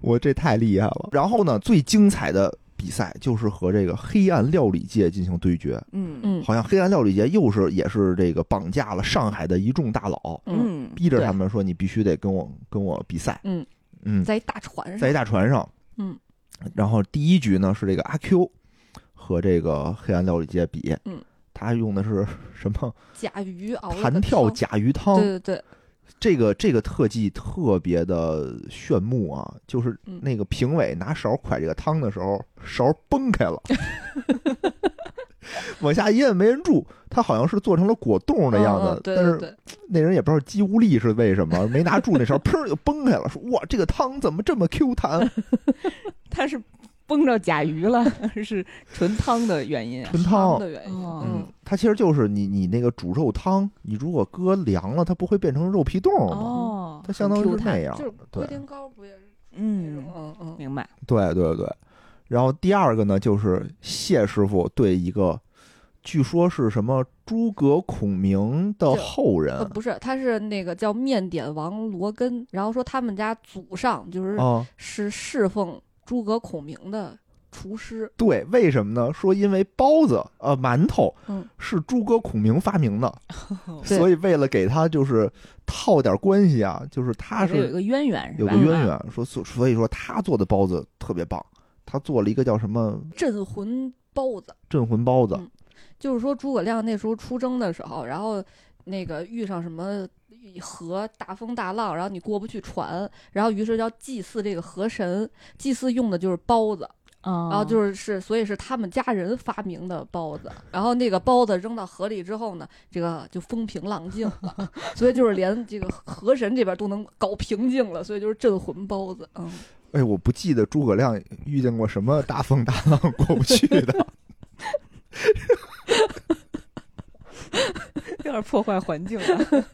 我这太厉害了。然后呢，最精彩的比赛就是和这个黑暗料理界进行对决。
嗯
嗯
好像黑暗料理界又是也是这个绑架了上海的一众大佬，
嗯，
嗯，
逼着他们说你必须得跟我跟我比赛。
嗯
嗯，
在一大船
在
上，
一大船上，
嗯，
然后第一局呢是这个阿 Q 和这个黑暗料理界比，
嗯，
他用的是什么
甲鱼熬了
弹
个
跳
汤
甲鱼汤，
对对对，
这个这个特技特别的炫目啊，就是
嗯
那个评委拿勺㧟这个汤的时候，勺崩开 了。往下一摁没摁住，他好像是做成了果冻的样子，
嗯嗯对
但
对
是
对，
那人也不知道肌无力是为什么，没拿住那勺，砰就崩开了，说哇这个汤怎么这么 Q 弹？
他是崩着甲鱼了， 是纯汤的原因啊。
纯汤
的原因，
哦
嗯
嗯，，
它其实就是你你那个煮肉汤，你如果搁凉了，它不会变成肉皮冻吗？
哦，
它相当于
很
是
Q
那
弹
样
就是。龟
对
苓膏不也是那
嗯
种，，嗯嗯，
明白。
对对对。然后第二个呢，就是谢师傅对一个，据说是什么诸葛孔明的后人
呃，不是，他是那个叫面点王罗根，然后说他们家祖上就是、
啊，
是侍奉诸葛孔明的厨师，
对，为什么呢？说因为包子呃馒头
嗯
是诸葛孔明发明的，
对
所以为了给他就是套点关系啊，就是他
还
是
有一个渊源是
有
吧？
个渊源，说所所以说他做的包子特别棒，他做了一个叫什么
镇魂包子，
镇魂包子，
嗯就是说诸葛亮那时候出征的时候，然后那个遇上什么。河大风大浪，然后你过不去船，然后于是要祭祀这个河神，祭祀用的就是包子，
然
然后就是是，所以是他们家人发明的包子。然后那个包子扔到河里之后呢，这个就风平浪静了， 所以就是连这个河神这边都能搞平静了，所以就是镇魂包子。嗯，
哎，我不记得诸葛亮遇见过什么大风大浪过不去的，
有点破坏环 境啊了。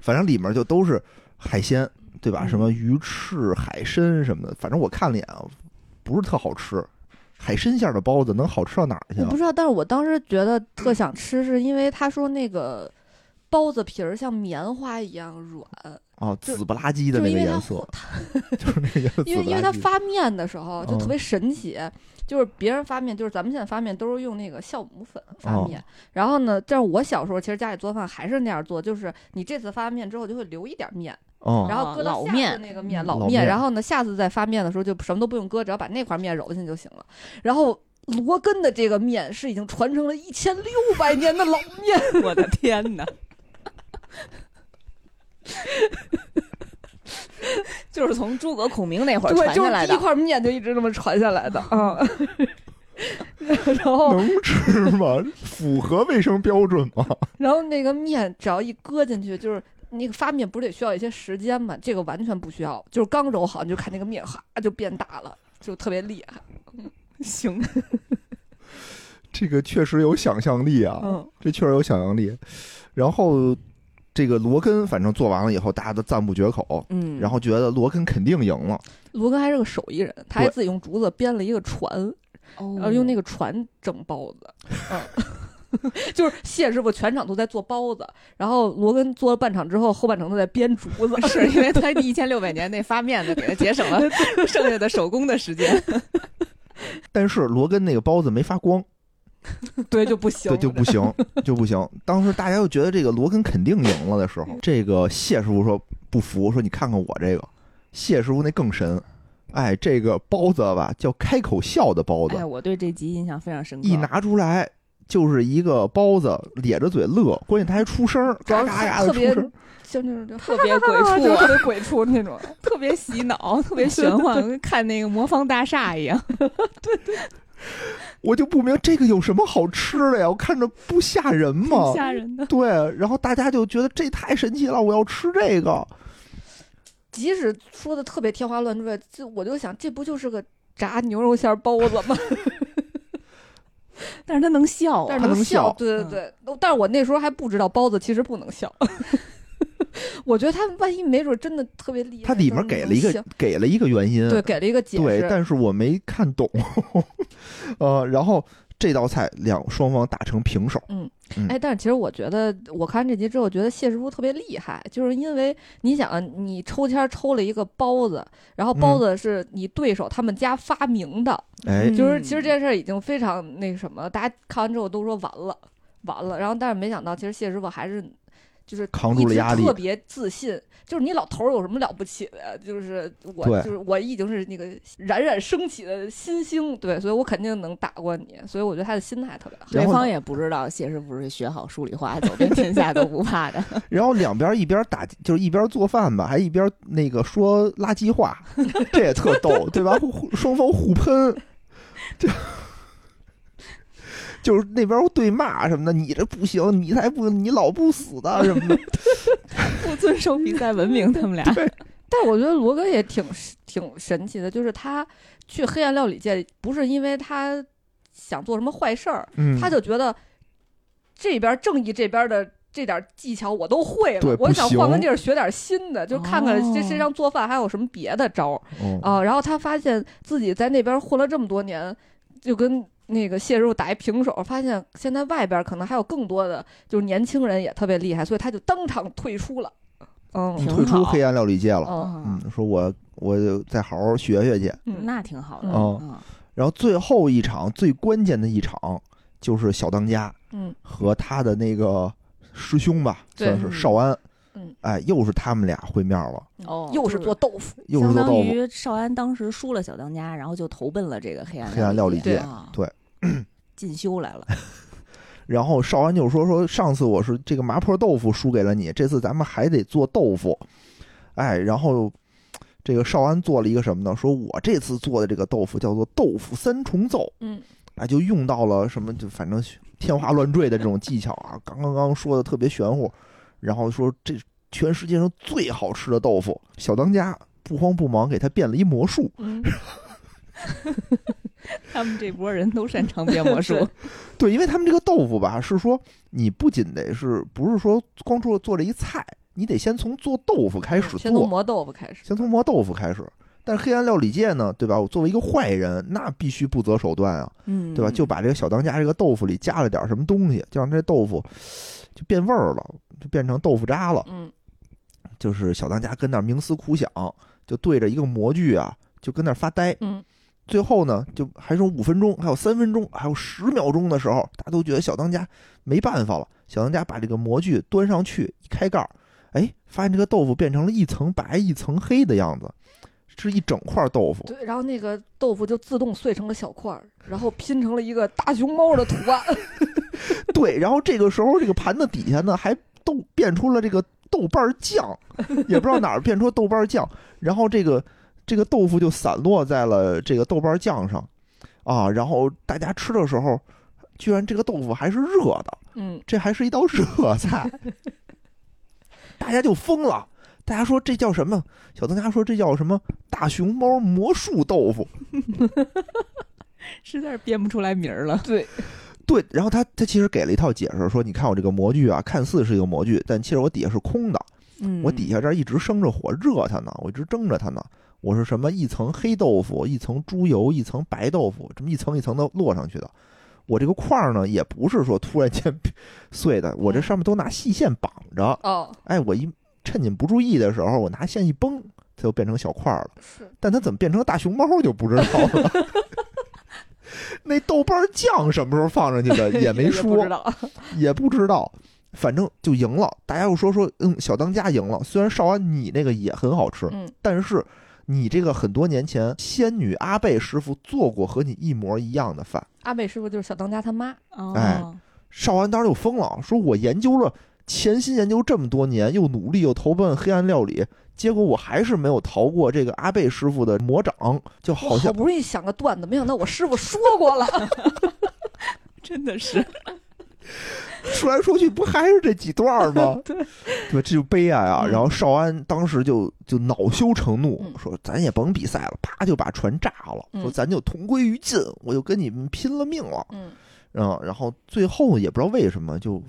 反正里面就都是海鲜，对吧？
嗯
什么鱼翅、海参什么的，反正我看了一眼啊，不是特好吃。海参馅儿的包子能好吃到哪儿去
我
啊
不？知道，但是我当时觉得特想吃，是因为他说那个包子皮儿像棉花一样软，
啊，
就
紫不拉几的
就是
那
因
个
为它
颜色， 就是那个颜色紫
因为因
不
为
拉
它
几。
发面的时候就
嗯
特别神奇，就是别人发面，就是咱们现在发面都是用那个酵母粉发
哦
面，然后呢，但是我小时候其实家里做饭还是那样做，就是你这次发面之后就会留一点面，
哦
然后搁到
老
下次
面
那个面
嗯
老
老
面，
面
然后呢，下次再发面的时候就什么都不用搁，只要把那块面揉进去就行了，然后。罗根的这个面是已经传承了一千六百年的老 面，
我的天哪！就是从诸葛孔明那会儿
对，
传
就
下
是
来
第一
的。
块面就一直这么传下来 的啊。然后，
能吃吗？ 符合卫生标准吗？
然后那个面只要一搁进去，就是那个发面不是得需要一些时间嘛？这个完全不需要，就是刚揉好你就看那个面哈就变大了，就特别厉害。
行，
这个确实有想象力啊，
哦
嗯，
这确实有想象力。然后这个罗根反正做完了以后，大家都赞不绝口，
嗯，
然后觉得罗根肯定赢了。
罗根还是个手艺人，他还
对
自己用竹子编了一个船，然
哦
后用那个船蒸包子。嗯， 就是谢师傅全场都在做包子，然后罗根做了半场之后，后半场都在编竹子。
是因为他一千六百年那发面的给他节省 了剩下的手工的时间。
但是罗根那个包子没发光，
对，就不行
对，
了，
就不行，就不行。当时大家又觉得这个罗根肯定赢了的时候，这个谢师傅说不服，说你看看我这个。谢师傅那更神，哎，这个包子吧叫开口笑的包子，
哎，我对这集印象非常深刻。
一拿出来就是一个包子，咧着嘴乐，关键他还出声儿，
主要
嘎嘎
是
嘎的
哦特
出
别
声儿。
像这种
特别鬼
啊，
畜
就，特别鬼畜 那种。
特别洗脑，特别玄幻，跟看那个魔方大厦一样。
我就不明白这个有什么好吃的呀？我看着 不吓人吗？
吓人的。
对，然后大家就觉得这太神奇了，我要吃这个。
即使说的特别天花乱坠，这我就想，这不就是个炸牛肉馅儿包子吗？
但是他能笑、
但
啊
是，
能
笑
笑，
对对对。但是我那时候还不知道包子其实不能笑， 我觉得他万一没准真的特别厉害。
它里面
能
给了一
能
个
笑
给了一个原因，
对，给了一个解
对，
释。
但是我没看懂。 呃，然后这道菜两双方打成平手，
哎，但是其实我觉得，我看这集之后觉得谢师傅特别厉害，就是因为你想啊，你抽签儿抽了一个包子，然后包
嗯
子是你对手他们家发明的，
哎，
就是其实这件事儿已经非常那什么，大家看完之后都说完了，完了。然后但是没想到，其实谢师傅还是就是
扛
一
住了
直
压力
特别自信。就是你老头儿有什么了不起的呀？就是我，
对
就是我已经是那个冉冉升起的新星，对，所以我肯定能打过你。所以我觉得他的心态特别好。
对
然后
方也不知道谢师傅是学好数理化，走遍天下都不怕 的。
然后两边一边打，就是一边做饭吧，还一边那个说垃圾话， 这也特逗，对吧？互互双方互喷， 就就是那边对骂什么的，你这不行，你才不，你老不死的什么 的，
不遵守比赛文明，他们 俩。
但我觉得罗根也 挺挺神奇的，就是他去黑暗料理界，不是因为他想做什么坏事儿，
嗯，
他就觉得这边正义这边的这点技巧我都会了
对，
我
不
想换个
行
地儿学点新的，就看看
哦
这世界上做饭还有什么别的招儿
哦
啊、然后他发现自己在那边混了这么多年，就跟。那个谢师傅打一平手，发现现在外边可能还有更多的，就是年轻人也特别厉害，所以他就当场退出了。嗯
你
挺
退出
好
黑暗料理界了，
嗯，
啊
嗯，说我我就再好好学学去。
嗯
那挺好的。
哦
嗯
然后最后一场最关键的一场就是小当家
嗯
和他的那个师兄吧，
对
算是少安，
嗯，
哎，又是他们俩会面了，
哦
又
就是
做豆腐，
又是
相
做
当
豆腐。
于少安当时输了小当家，然后就投奔了这个黑暗
黑暗料理
界，
界
啊
对，
进修 来了。
然后少安就说说上次我是这个麻婆豆腐输给了你，这次咱们还得做豆腐，哎，然后这个少安做了一个什么呢？说我这次做的这个豆腐叫做豆腐三重奏，
嗯，
啊，就用到了什么就反正天花乱坠的这种技巧啊，刚刚刚说的特别玄乎，然后说这全世界上最好吃的豆腐，小当家不慌不忙给他变了一魔术，
嗯，
他们这波人都擅长变 魔术
对，
对，因为他们这个豆腐吧，是说你不仅得是不是说光做做这一菜，你得先从做豆腐开始
先从
做，
磨豆腐开始。
先从磨豆腐开始。但是黑暗料理界呢，对吧？我作为一个坏人，那必须不择手段啊，
嗯，
对吧？就把这个小当家这个豆腐里加了点什么东西，就让这豆腐就变味儿了，就变成豆腐渣了。
嗯，
就是小当家跟那儿冥思苦想，就对着一个模具啊，就跟那儿发呆。
嗯，
最后呢，就还剩五分钟，还有三分钟，还有十秒钟的时候，大家都觉得小当家没办法了。小当家把这个模具端上去，一开盖儿，哎，发现这个豆腐变成了一层白一层黑的样子，是一整块豆腐。
对，然后那个豆腐就自动碎成了小块儿，然后拼成了一个大熊猫的图案。
对，然后这个时候这个盘子底下呢还豆变出了这个豆瓣儿酱，也不知道哪儿变出豆瓣儿酱，然后这个这个豆腐就散落在了这个豆瓣儿酱上，啊，然后大家吃的时候，居然这个豆腐还是热的，
嗯，
这还是一道热菜，大家就疯了。大家说这叫什么？小当家说这叫什么？大熊猫魔术豆腐。
实在是编不出来名儿了。
对，
对，然后他他其实给了一套解释，说你看我这个模具啊，看似是一个模具，但其实我底下是空的，
嗯，
我底下这儿一直生着火热它呢，我一直蒸着它呢。我是什么一层黑豆腐，一层猪油，一层白豆腐，这么一层一层的摞上去的。我这个块儿呢，也不是说突然间 碎的，
嗯
我这上面都拿细线绑着。
哦，
哎，我一趁你们不注意的时候，我拿线一绷，它就变成小块儿了。
是，
但它怎么变成大熊猫就不知道了。 那豆瓣酱什么时候放上去的也没
不
说
知，道。
也不知道，反正就赢了。大家又说说，嗯，小当家赢了。虽然少安你那个也很好吃，
嗯
但是你这个很多年前仙女阿贝师傅做过和你一模一样的饭。
阿美师傅就是小当家他妈，
哦，
哎少安当时就疯了，说我研究了，潜心研究这么多年，又努力又投奔黑暗料理，结果我还是没有逃过这个阿贝师傅的魔掌，就
我
好像
好不容易想个段子，没想到我师傅说过了，
真的是，
说来说去不还是这几段儿吗？
对
对，这就悲哀啊！
嗯
然后少安当时就就恼羞成怒
嗯，
说：“咱也甭比赛了，啪就把船炸了，
嗯
说咱就同归于尽，我就跟你们拼了命了。
嗯，”
嗯，然后最后也不知道为什么，就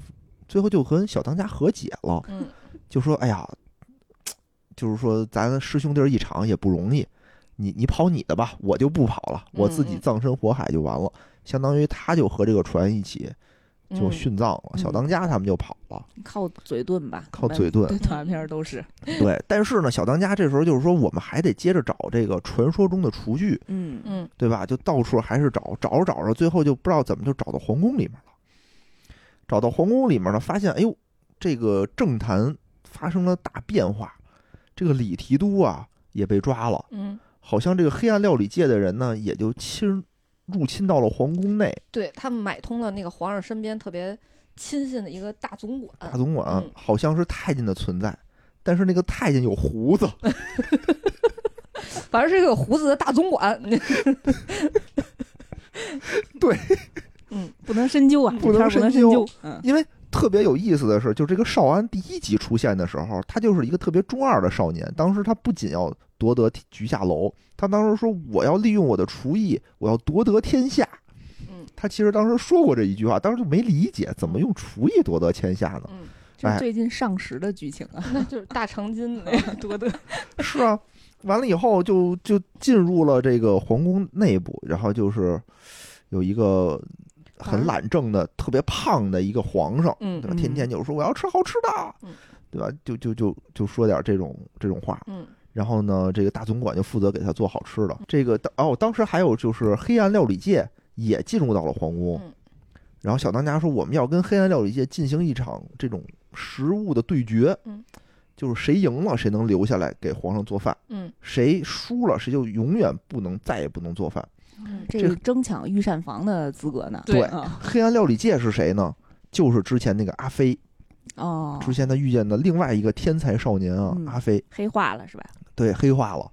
最后就和小当家和解了，
嗯
就说：“哎呀，就是说咱师兄弟儿一场也不容易，你你跑你的吧，我就不跑了，我自己
嗯嗯
葬身火海就完了。”相当于他就和这个船一起就
嗯
殉葬了，
嗯
小当家他们就跑了。
靠嘴遁吧，
靠嘴遁
对，短片儿都是，
对，但是呢，小当家这时候就是说，我们还得接着找这个传说中的厨具，
嗯
嗯
对吧？就到处还是找，找着找着，最后就不知道怎么就找到皇宫里面了。找到皇宫里面呢，发现哎呦，这个政坛发生了大变化，这个李提督啊也被抓了，
嗯，
好像这个黑暗料理界的人呢也就侵入侵到了皇宫内
对他们买通了那个皇上身边特别亲信的一个大总管，
大总管
嗯，
好像是太监的存在，但是那个太监有胡子，
反正是一个有胡子的大总管，
对，
嗯
不能深究啊，
不能
这片儿不
深
能深
究
究。嗯
因为特别有意思的是，就这个少安第一集出现的时候，他就是一个特别中二的少年。当时他不仅要夺得菊下楼，他当时说我要利用我的厨艺，我要夺得天下。
嗯
他其实当时说过这一句话，当时就没理解怎么用厨艺夺得天下呢？
嗯，
就是
哎
最近上时的剧情 啊，
那就是大长今那 个多得，
是啊，完了以后就就进入了这个皇宫内部，然后就是有一个很懒政的、特别胖的一个皇上，
嗯
对吧？
嗯
天天就说我要吃好吃的，啊
嗯
对吧？就就就就说点这种这种话。
嗯
然后呢，这个大总管就负责给他做好吃的。这个当哦，当时还有就是黑暗料理界也进入到了皇宫
嗯，
然后小当家说我们要跟黑暗料理界进行一场这种食物的对决
嗯，
就是谁赢了谁能留下来给皇上做饭，
嗯
谁输了谁就永远不能再也不能做饭。
嗯
这
这
是争抢御膳房的资格呢。
对
啊
黑暗料理界是谁呢？就是之前那个阿飞，
哦，
之前他遇见的另外一个天才少年啊，
嗯
阿飞
黑化了是吧？
对黑化了，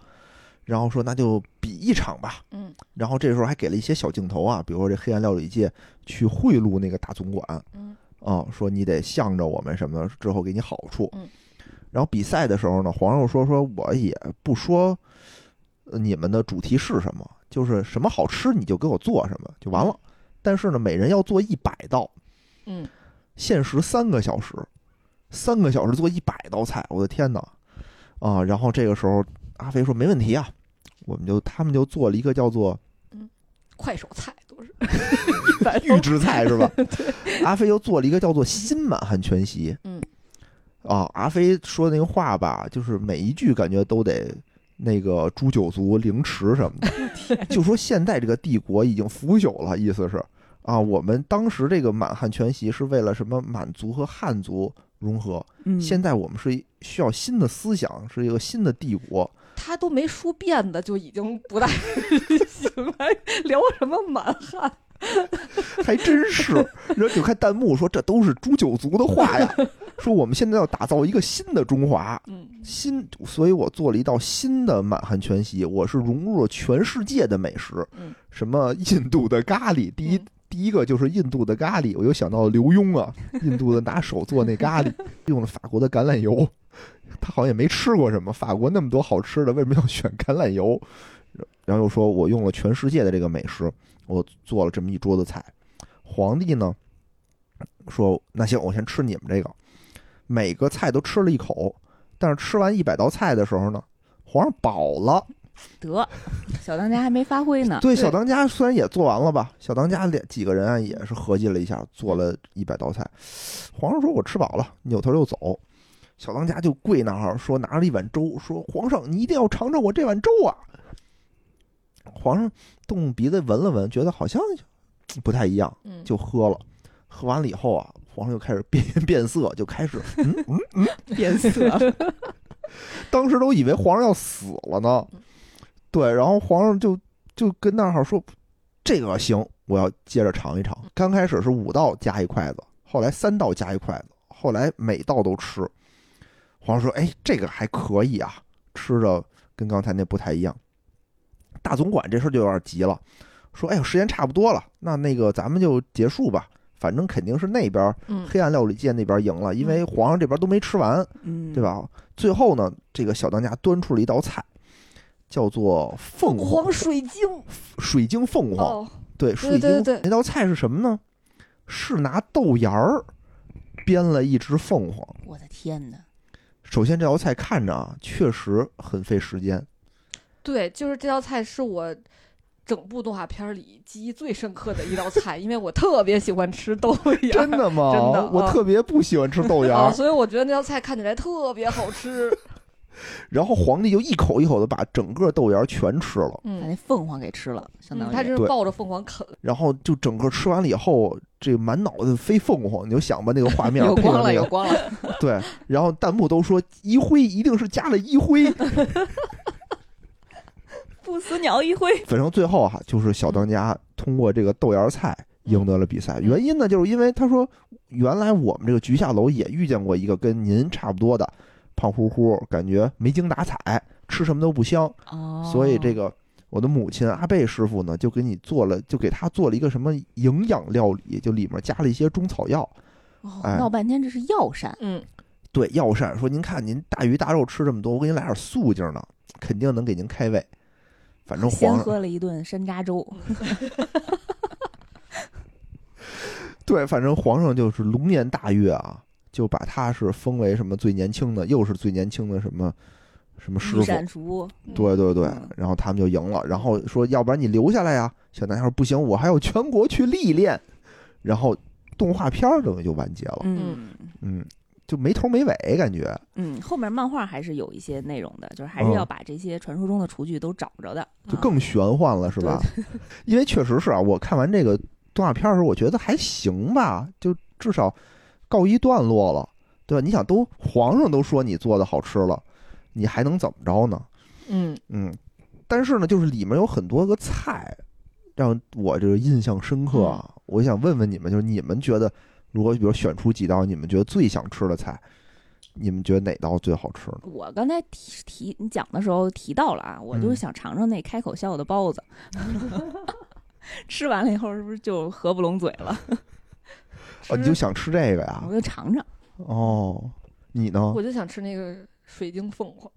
然后说那就比一场吧，
嗯
然后这时候还给了一些小镜头啊，比如说这黑暗料理界去贿赂那个大总管啊、
嗯
说你得向着我们什么，之后给你好处。
嗯
然后比赛的时候呢，皇上说说我也不说呃你们的主题是什么，就是什么好吃你就给我做什么就完了。但是呢，每人要做一百道，
嗯，
限时三个小时，三个小时做一百道菜，我的天哪！啊，然后这个时候阿飞说没问题啊，我们就他们就做了一个叫做
快手菜都是，
预制菜是 吧？阿飞又做了一个叫做“新满汉全席”。
嗯，
啊，阿飞说那个话吧，就是每一句感觉都得那个诛九族、凌迟什么的，就说现在这个帝国已经腐朽了，意思是啊，我们当时这个满汉全席是为了什么？满族和汉族融合，
嗯，
现在我们是需要新的思想，是一个新的帝国。
他都没梳辫子就已经不太 行了，聊什么满汉？
还真是。然后就看弹幕说这都是诛九族的话呀， 说我们现在要打造一个新的中华，
嗯，
新，所以我做了一道新的满汉全席，我是融入了全世界的美食
嗯，
什么印度的咖喱，第一
嗯
第一个就是印度的咖喱，我又想到了刘墉啊，印度的拿手做那咖喱，用了法国的橄榄油，他好像也没吃过什么，法国那么多好吃的，为什么要选橄榄油？然后又说我用了全世界的这个美食，我做了这么一桌子菜。皇帝呢说那行，我先吃你们这个，每个菜都吃了一口，但是吃完一百道菜的时候呢，皇上饱了。
得，小当家还没发挥呢。
对，小当家虽然也做完了吧，小当家两几个人啊也是合计了一下，做了一百道菜。皇上说：“我吃饱了。”扭头就走。小当家就跪那儿说，拿着一碗粥，说：“皇上，你一定要尝尝我这碗粥啊！”皇上动鼻子闻了闻，觉得好像不太一样，
嗯
就喝了。喝完了以后啊，皇上就开始变 变色，就开始嗯嗯嗯，
变色，
当时都以为皇上要死了呢。对，然后皇上就就跟那儿说：“这个行，我要接着尝一尝。”刚开始是五道加一筷子，后来三道加一筷子，后来每道都吃。皇上说：“哎，这个还可以啊，吃着跟刚才那不太一样。”大总管这事儿就有点急了，说：“哎呦，时间差不多了，那那个咱们就结束吧，反正肯定是那边儿
嗯
黑暗料理界那边儿赢了，因为皇上这边儿都没吃完。”
嗯，
对？吧？最后呢，这个小当家端出了一道菜，叫做凤凰
黄水晶
水晶凤凰。
哦，
对，水晶
对对对
那道菜是什么呢？是拿豆芽儿编了一只凤凰。
我的天哪！
首先，这道菜看着啊，确实很费时 间。
对，就是这道菜是我整部动画片儿里记忆最深刻的一道菜，因为我特别喜欢吃豆芽，
真的吗？
真的
我
啊
特别不喜欢吃豆芽
啊，
儿。
所以我觉得那道菜看起来特别好 吃。
然后皇帝就一口一口的把整个豆芽儿全吃了。
把
嗯，
那凤凰给吃了，相当
嗯他
于
真是
对
抱着凤凰啃，
然后就整个吃完了以后，这满脑子飞凤凰，你就想吧，那个画面
有
配上
光
那
了，
个
有光了。
对，然后弹幕都说一辉一定是加了一 辉，
不死鸟一挥，
反正最后哈、就是小当家通过这个豆芽菜赢得了比赛。原因呢，就是因为他说原来我们这个菊下楼也遇见过一个跟您差不多的胖乎乎，感觉没精打采，吃什么都不香，
哦
所以这个。我的母亲阿贝师傅呢，就给你做了，就给他做了一个什么营养料理，就里面加了一些中草药，
哦
哎
闹半天这是药膳，
嗯，
对药膳，说您看您大鱼大肉吃这么多，我给您来点素净的，肯定能给您开胃。反正
先
皇上
喝了一顿山楂粥，
对，反正皇上就是龙颜大悦啊，就把他是封为什么最年轻的，又是最年轻的什么什么师
御
傅。
膳厨，
对对对
嗯，
然后他们就赢了。然后说，要不然你留下来呀、小男孩说不行，我还要全国去历练。然后动画片儿等于就完结了，
嗯
嗯，就没头没尾感觉。
嗯，后面漫画还是有一些内容的，就是还是
嗯
要把这些传说中的厨具都找着的，
就
啊
更玄幻了，是吧？ 因为确实是啊，我看完这个动画片的时候，我觉得还行吧，就至少告一段落了，对吧？你想都，皇上都说你做的好吃了，你还能怎么着呢？
嗯
嗯，但是呢，就是里面有很多个菜让我这个印象深刻啊。我想问问你们，就是你们觉得，如果比如选出几道你们觉得最想吃的菜，你们觉得哪道最好吃呢？
我刚才提提你讲的时候提到了啊，我就是
嗯
想尝尝那开口笑的包 子，吃完了以后是不是就合不拢嘴了？
哦，你就想吃这个呀
我？就尝尝，
哦，你呢？
我就想吃那个水晶凤凰。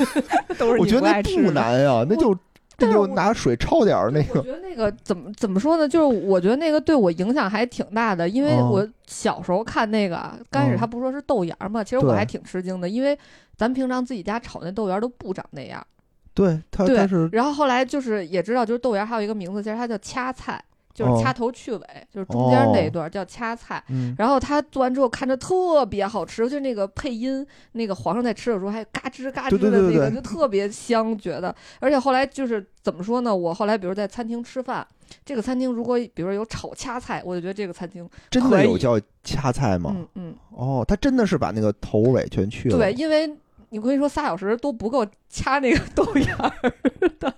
都是
我
你
觉得
爱
那
吃
不
的。
难呀，那就那
但是
就
我
拿水焯点儿那
我
个，
觉得那个怎么怎么说呢？就是我觉得那个对我影响还挺大的，因为
哦
我小时候看那个啊，刚开始
嗯
他不说是豆芽儿嘛，其实我
对
还挺吃惊的，因为咱平常自己家炒那豆芽儿都不长那样。
对，它
对
它是
然后后来就是也知道，就是豆芽儿还有一个名字，其实它叫掐菜，
哦
就是掐头去尾，就是中间那一段儿叫掐菜。
嗯，
然后它做完之后看着特别好吃，就是那个配音，那个皇上在吃的时候还嘎吱嘎吱
对
的那个，
对对对对
就特别香，觉得。而且后来就是怎么说呢？我后来比如在餐厅吃饭，这个餐厅如果比如有炒掐菜，我就觉得这个餐厅，
真
可
的
以
有叫掐菜吗？
嗯嗯，
哦，它真的是把那个头尾全去了，
对，因为。你可以说仨小时都不够掐那个豆芽儿，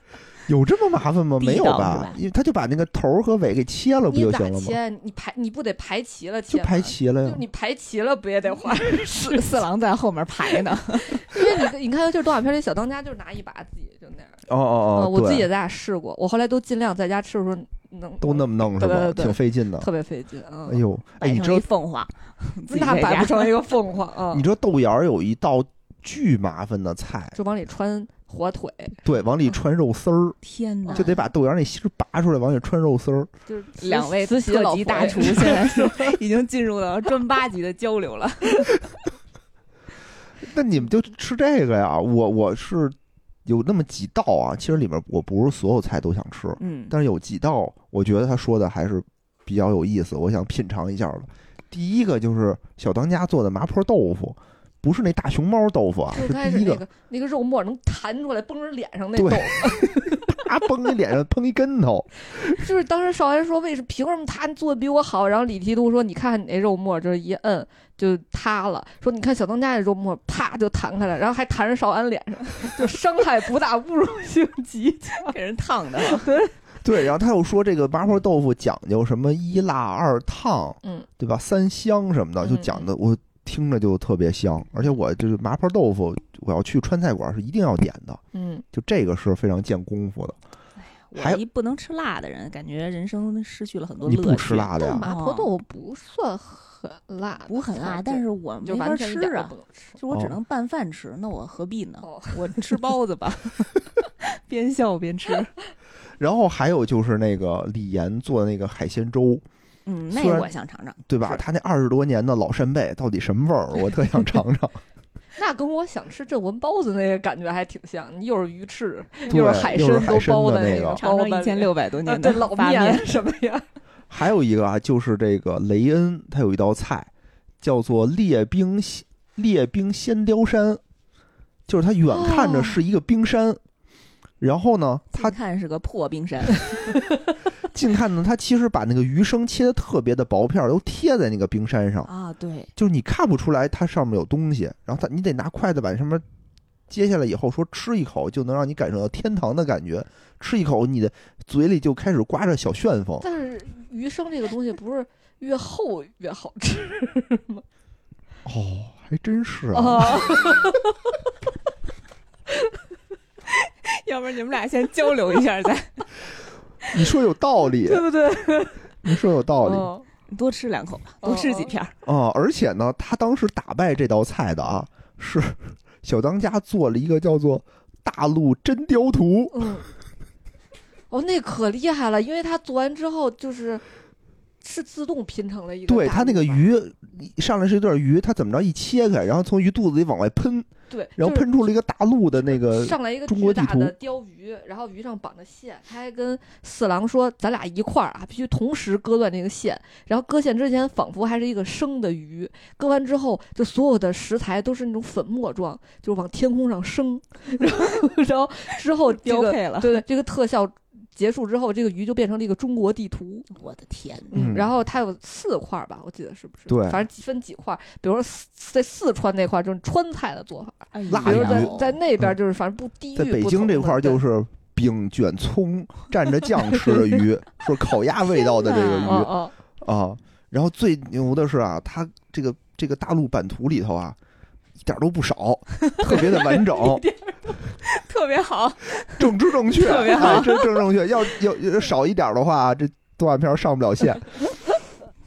有这么麻烦吗？
地道
没有
是
吧
吧？
因为他就把那个头儿和尾给切了，不
你
就
咋
行了吗？
切？你排你不得排齐了
就
切吗？
排齐了
就
呀。
你排齐了不也得花？
四四郎在后面排呢，
因为你你看就是动画片里小当家就是拿一把自己就那样。
哦哦
呃
哦，
我自己也
对
在家试过，我后来都尽量在家吃的时候能
都那么弄是
对
吧？
对对
挺费劲的。
特别费劲啊。
哎呦，哎，
摆
你知
成
道
一凤凰，自己
那
在
摆
家
不成一个凤凰啊！
你知道豆芽儿有一道巨麻烦的菜，
嗯就往里穿火腿，
对，往
嗯
里穿肉丝儿，
天哪！
就得把豆芽儿那芯儿拔出来，往里穿肉丝儿。
就是慈
两位
慈禧的
特
老
级
佛
大
爷
厨现在 是已经进入了专八级的交流了。
那你们就吃这个呀？我我是有那么几道啊，其实里面我不是所有菜都想吃，
嗯，
但是有几道我觉得他说的还是比较有意思，我想品尝一下的。第一个就是小当家做的麻婆豆腐，不是那大熊猫豆腐啊，
就是开
第
始
一
那
个
个那个肉沫能弹出来，崩人脸上那
对
豆，
啪崩你脸上 碰一跟头，
就是当时少安说为什么凭什么他做的比我好，然后李提督说你看你那肉沫就是一摁就塌了，说你看小当家那肉沫啪就弹开了，然后还弹着少安脸上， 就伤害不大，侮辱性极强。
给人烫的，
对，然后他又说这个麻婆豆腐讲究什么一辣二烫，
嗯，
对吧？三香什么的，
嗯
就讲的我听着就特别香，而且我就是麻婆豆腐，我要去川菜馆是一定要点的，
嗯，
就这个是非常见功夫的。
我
还
一不能吃辣的人，感觉人生失去了很多
你
乐趣。
不吃辣的
但
呀？
麻婆豆腐不算很辣，
不很辣，但是我
就
没法
完全一
吃
点都
啊
不，能吃。
就我
哦
只能拌饭吃，那我何必呢？
哦，
我吃包子 吧，边笑边 吃。
然后还有就是那个李岩做的那个海鲜粥，
嗯，
虽然
那我想尝尝。
对吧？
是
他那二十多年的老扇贝到底什么味儿？我特想尝 尝。
那跟我想吃镇魂包子那个感觉还挺像，你又是鱼翅，
对
是海
又是海
都
参
包
的
的
那个
个，
尝
包
尝
了
一千六百多
啊，
年
对
的
老
发面，
什么 呀？
还有一个啊，就是这个雷恩，他有一道菜叫做列冰西列冰仙雕山，就是它远看着
哦
是一个冰山，然后呢，它
近 看是个破冰 山，
近看呢，它其实把那个鱼生切的特别的薄片儿，都贴在那个冰山上，
啊，对，
就是你看不出来它上面有东西，然后它你得拿筷子把上面揭下来以后，说吃一口就能让你感受到天堂的感觉，吃一口你的嘴里就开始刮着小旋风，
但是鱼生这个东西不是越厚越好吃
哦，还真是 啊。
啊？
要不然你们俩先交流一下 再，
啊你说有道理，
对不对？
你说有道理哦
嗯
多吃两口吧，多吃几片儿。
而且呢，他当时打败这道菜的啊，是小当家做了一个叫做“大陆真雕图
嗯，哦，那可厉害了，因为它做完之后就是是自动拼成了一”，个大
对
鱼嘛。
他那个鱼上来是一段鱼，他怎么着一切开，然后从鱼肚子里往外喷，
对，
然后
就是
喷出了一个大陆的那个，
上来一个
呃中国
巨
地
大的
图
鲷鱼，然后鱼上绑着线，他还跟四郎说：“咱俩一块儿啊，必须同时割断这个线。”然后割线之前，仿佛还是一个生的鱼，割完之后，就所有的食材都是那种粉末状，就是往天空上升。 然后，然后之后这
标
个
配了，
对对，这个特效结束之后，这个鱼就变成了一个中国地图。
我的天哪，
嗯
然后它有四块儿吧，我记得是不是？
对
反正几分几块儿，比如说四在四川那块儿就是川菜的做法，
哎
辣
比如
呀
在
呦
在那
嗯
边就是反正不地域
在北
不
京
同
这
的
块儿
对
就是饼卷葱蘸着酱吃的 鱼，是烤鸭味道的这个
天
鱼
哪
哦
啊。然后最牛的是啊，它这个这个大陆版图里头啊，一点儿都不少，特别的完整。
特别好，
政治正确，
特别好
哎这政治正确。要要要少一点的话，啊这动画片上不了线。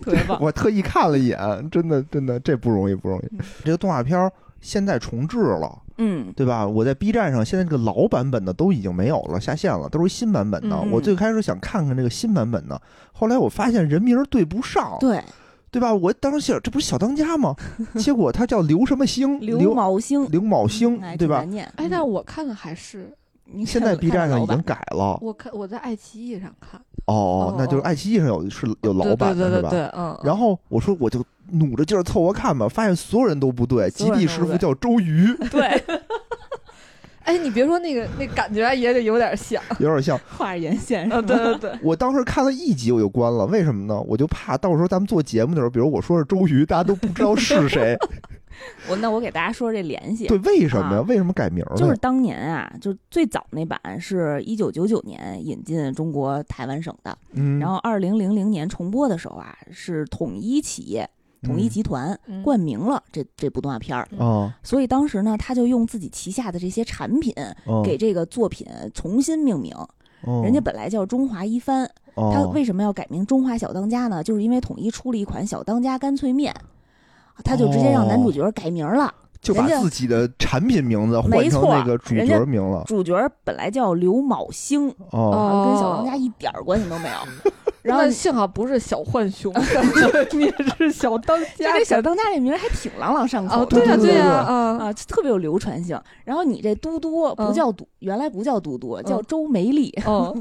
特别 棒。
我特意看了一眼，真的真的这不容易不容易
嗯。
这个动画片现在重置了，
嗯，
对吧？我在 B 站上现在这个老版本的都已经没有了，下线了，都是新版本的。
嗯
我最开始想看看这个新版本的，后来我发现人名对不上，
对，
对吧？我当时想这不是小当家吗？结果他叫刘什么星，
刘
刘嗯
昴星，
刘卯星，
哎
对？吧
挺难？念
哎，但我看了还是
你
现在 B 站上已经
看了
改了。
我看我在爱奇艺上看，
哦
哦，
那就是
哦
爱奇艺上有是有老版的
对
是
对对
吧？
对，
啊
嗯。
然后我说我就努着劲儿凑合看吧，发现所有人都不对，极
所有人
地
都
师
不
傅叫周瑜，
对，
哎，你别说那个那感觉也得有点像，
有点像。
画着眼线是
啊，
吧
对对 对，
我当时看了一集我就关 了，为什么呢？我就怕到时候咱们做节目的时候，比如我说是周瑜，大家都不知道是谁，
我那我给大家说这联系，
对，为什么呀？
啊
为什么改名儿呢？
就是当年啊，就是最早那版是一九九九年引进中国台湾省的，
嗯，
然后二零零零年重播的时候啊，是统一企业、统一集团
嗯
冠名了这这部动画片儿，
嗯啊，
所以当时呢，他就用自己旗下的这些产品
嗯
给这个作品重新命名。
嗯
人家本来叫中华一番，他
哦
为什么要改名中华小当家呢？就是因为统一出了一款小当家干脆面。他就直接让男主角改名了，
就把
人家
自己的产品名字换
没
成
错
那个主
人
角
家
名了
主角本来叫刘卯星，
哦，
啊，跟小
哦
当家一点儿关系都没有。 然
然
后
后
你
幸好不是小浣 熊，你是小 当
就
家
这小当家这名儿还挺朗朗上口
哦，
的，
对
对
呀
对
对呀
对
啊
啊，就特别有流传性。然后你这嘟嘟不
嗯
叫嘟，原来不叫嘟嘟，叫
嗯
周梅丽，
哦，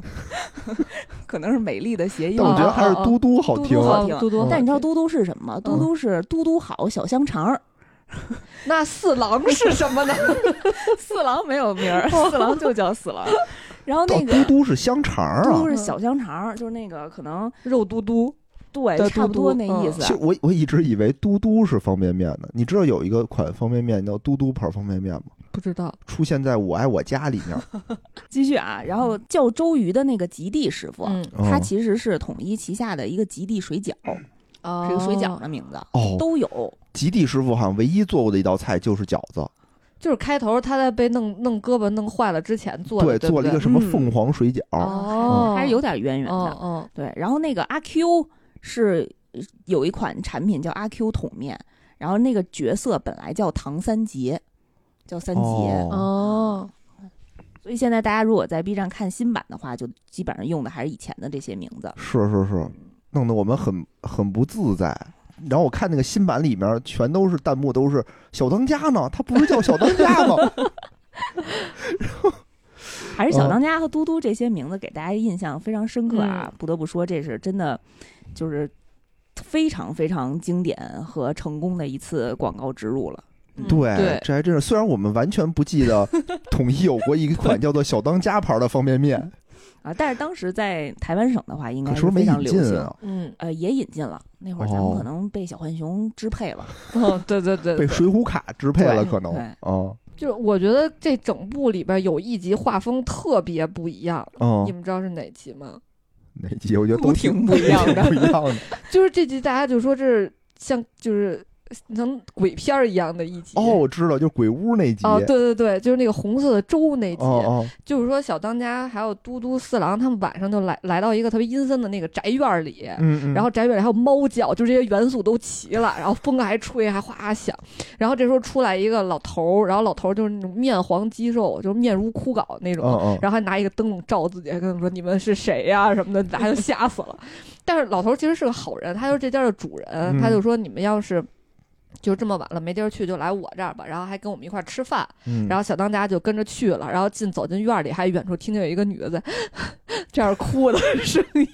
可能是美丽的谐音
但我觉得
啊
还是
啊啊
嘟嘟好
哦嘟
听
嘟好
哦嘟嘟，
但你知道嘟嘟是什么吗？嘟嘟是嘟嘟好小香肠儿，
那四郎是什么呢？
四郎没有名儿，四郎就叫四郎。然后那
哦，
个
嘟嘟是香肠儿
嘟
啊
嘟。是小香肠儿，就是那个可能
肉嘟嘟，
对
对
差不
嘟
多
嘟
那
嗯
意
其实
思。
我我一直以为嘟嘟是方便面呢，你知道有一个款方便面叫嘟嘟牌方便面吗？
不知道
出现在我爱我家里面儿。
继续啊，然后叫周瑜的那个极地师傅，
嗯
他
哦
其实是统一旗下的一个极地水饺，
啊
是一个水饺的名字，
哦，
都有。
极地师傅好像唯一做过的一道菜就是饺子，
就是开头他在被弄弄胳膊弄坏了之前做的，
对，
对不
做了一
对
个什么
嗯
凤凰水饺，
哦，
还是有点渊源的。
哦
对，然后那个阿 Q 是呃有一款产品叫阿 Q 桶面，然后那个角色本来叫唐三杰，叫三杰，
哦
哦哦，
所以现在大家如果在 B 站看新版的话，就基本上用的还是以前的这些名字。
是是是，弄得我们很很不自在。然后我看那个新版里面全都是弹幕都是小当家呢，他不是叫小当家吗？
还
嗯
是小当家和嘟嘟这些名字给大家印象非常深刻
嗯
啊！不得不说，这是真的，就是非常非常经典和成功的一次广告植入了。
对，
对
这还真是。虽然我们完全不记得统一有过一款叫做小当家牌的方便面，
啊，但是当时在台湾省的话，应该
可是不是没
非常
引
流
进
行。
啊，
嗯，
呃，也引进了。那会儿咱
哦
们可能被小浣熊支配了，
哦，对对对，
被
对
水浒卡支配了，
对
可能
对
啊，
就是我觉得这整部里边有一集画风特别不一样，你
嗯，
们知道是哪集吗？
哪集我觉得都
都
挺
挺不一样
都挺
的
不 一样的。哦
就是这集大家就说这是像就是能鬼片儿一样的一集
哦，。我知道，就是鬼屋那集。
哦，对对对，就是那个红色的粥那集，
哦
就是说小当家还有嘟嘟四郎他们晚上就来来到一个特别阴森的那个宅院里，
嗯嗯，
然后宅院里还有猫叫，就这些元素都齐了，然后风还吹，还哗哗响。然后这时候出来一个老头儿，然后老头儿就是那种面黄肌瘦，就是面如枯槁那种，
嗯嗯
然后还拿一个灯笼照自己，还跟他们说你们是谁呀、什么的，大家就吓死了。但是老头儿其实是个好人，他就是这家的主人，
嗯
他就说你们要是。就这么晚了，没地儿去，就来我这儿吧。然后还跟我们一块儿吃饭，
嗯，后
然后小当家就跟着去了。然后进走进院里，还远处听见有一个女的在 这样哭的声音。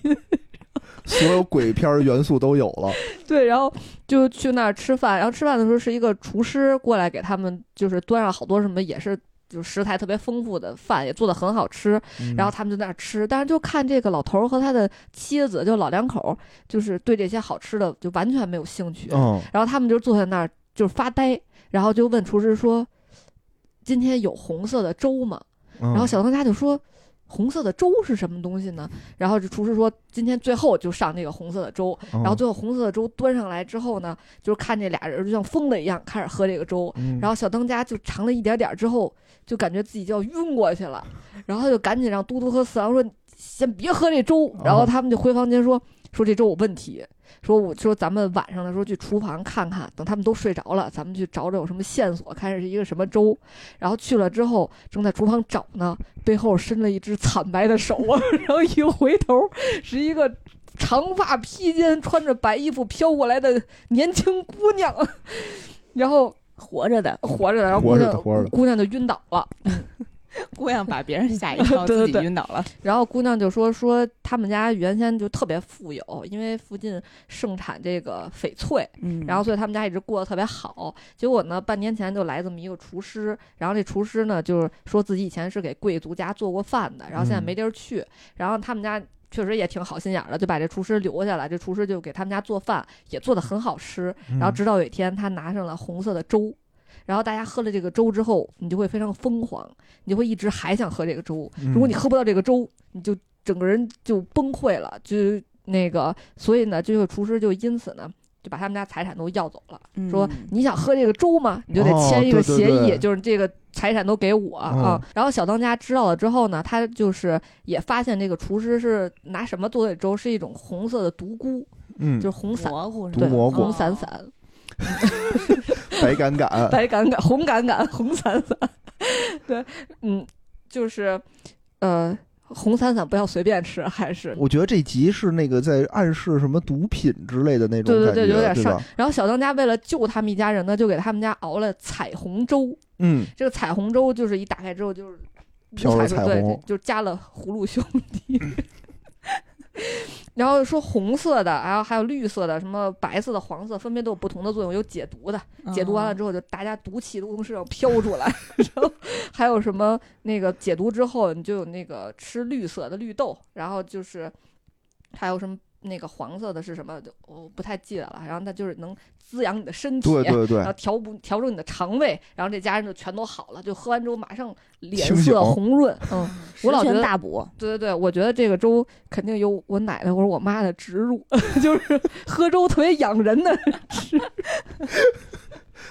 所有鬼片儿元素都有 了。
对，然后就去那儿吃饭，然后吃饭的时候是一个厨师过来给他们，就是端上好多什么也是。就食材特别丰富的饭也做的很好吃，
嗯
然后他们就在那儿吃，但是就看这个老头儿和他的妻子，就老两口儿，就是对这些好吃的就完全没有兴趣，
嗯，
然后他们就坐在那儿就是发呆，然后就问厨师说：“今天有红色的粥吗？”
然
然后小当家就说：“红色的粥是什么东西呢？”然后这厨师说：“今天最后就上这个红色的粥。”
嗯
然后最后红色的粥端上来之后呢，就是看这俩人就像疯了一样开始喝这个粥，
嗯，
然后小当家就尝了一点点儿之后，就感觉自己就要晕过去了，然后就赶紧让嘟嘟和四郎说先别喝这粥，然后他们就回房间说说这粥有问题，说我说咱们晚上的时候去厨房看看，等他们都睡着了，咱们去找找有什么线索，看是一个什么粥，然后去了之后正在厨房找呢，背后伸了一只惨白的手啊， 然后一回头是一个。长发披肩、穿着白衣服飘过来的年轻姑娘，啊 然后
活着的
活着的，然后
活
姑
着的
娘
活着的
姑娘就晕倒了，
姑娘把别人吓一 跳，
对
自
对
己
对
晕倒了。
然后姑娘就说说他们家原先就特别富有，因为附近盛产这个翡翠，
嗯
然后所以他们家一直过得特别好。结果呢，半年前就来这么一个厨师，然后这厨师呢就是说自己以前是给贵族家做过饭的，然后现在
嗯
没地儿去，然后他们家。确实也挺好心眼儿的，就把这厨师留下来。这厨师就给他们家做饭，也做的很好吃。
嗯
然后直到有一天，他拿上了红色的粥，然后大家喝了这个粥之后，你就会非常疯狂，你就会一直还想喝这个粥。
嗯
如果你喝不到这个粥，你就整个人就崩溃了，就那个。所以呢，这个厨师就因此呢。就把他们家财产都要走了，说
嗯
你想喝这个粥吗？你就得签一
哦对对
个协议，
对嗯
就是这个财产都给我、啊。然后小当家知道了之后呢，他就是也发现这个厨师是拿什么做的粥，是一种红色的独孤，
嗯
就是红伞，
蘑菇是
毒
吧，哦
对，
蘑菇
红伞伞，
白杆 杆，
白杆杆， 红杆杆，红伞伞， 对，嗯，就是呃，红伞伞不要随便吃，还是
我觉得这集是那个在暗示什么毒品之类的那种
对
感觉，
对对有点上
吧？
然后小当家为了救他们一家人呢，就给他们家熬了彩虹粥。
嗯，
这个彩虹粥就是一打开之后就是
飘着
五
彩
对
虹，
就加了葫芦兄弟。然后说红色的，然后还有绿色的，什么白色的、黄色，分别都有不同的作用，有解毒的，
哦
嗯
解毒完了之后就大家毒气都从身上飘 出来，然后还有什么那个解毒之后你就有那个吃绿色的绿豆，然后就是还有什么那个黄色的是什么，就我不太记得了，然后它就是能滋养你的身体，
对对
然
对，
后调补调整你的肠胃，然后这家人就全都好了，就喝完之后马上脸
清醒
色红润。嗯，
嗯，
我老
十全
觉得哦
大补，
对对对，我觉得这个粥肯定有我奶奶或者我妈的植入， 就是喝粥特别养人 的。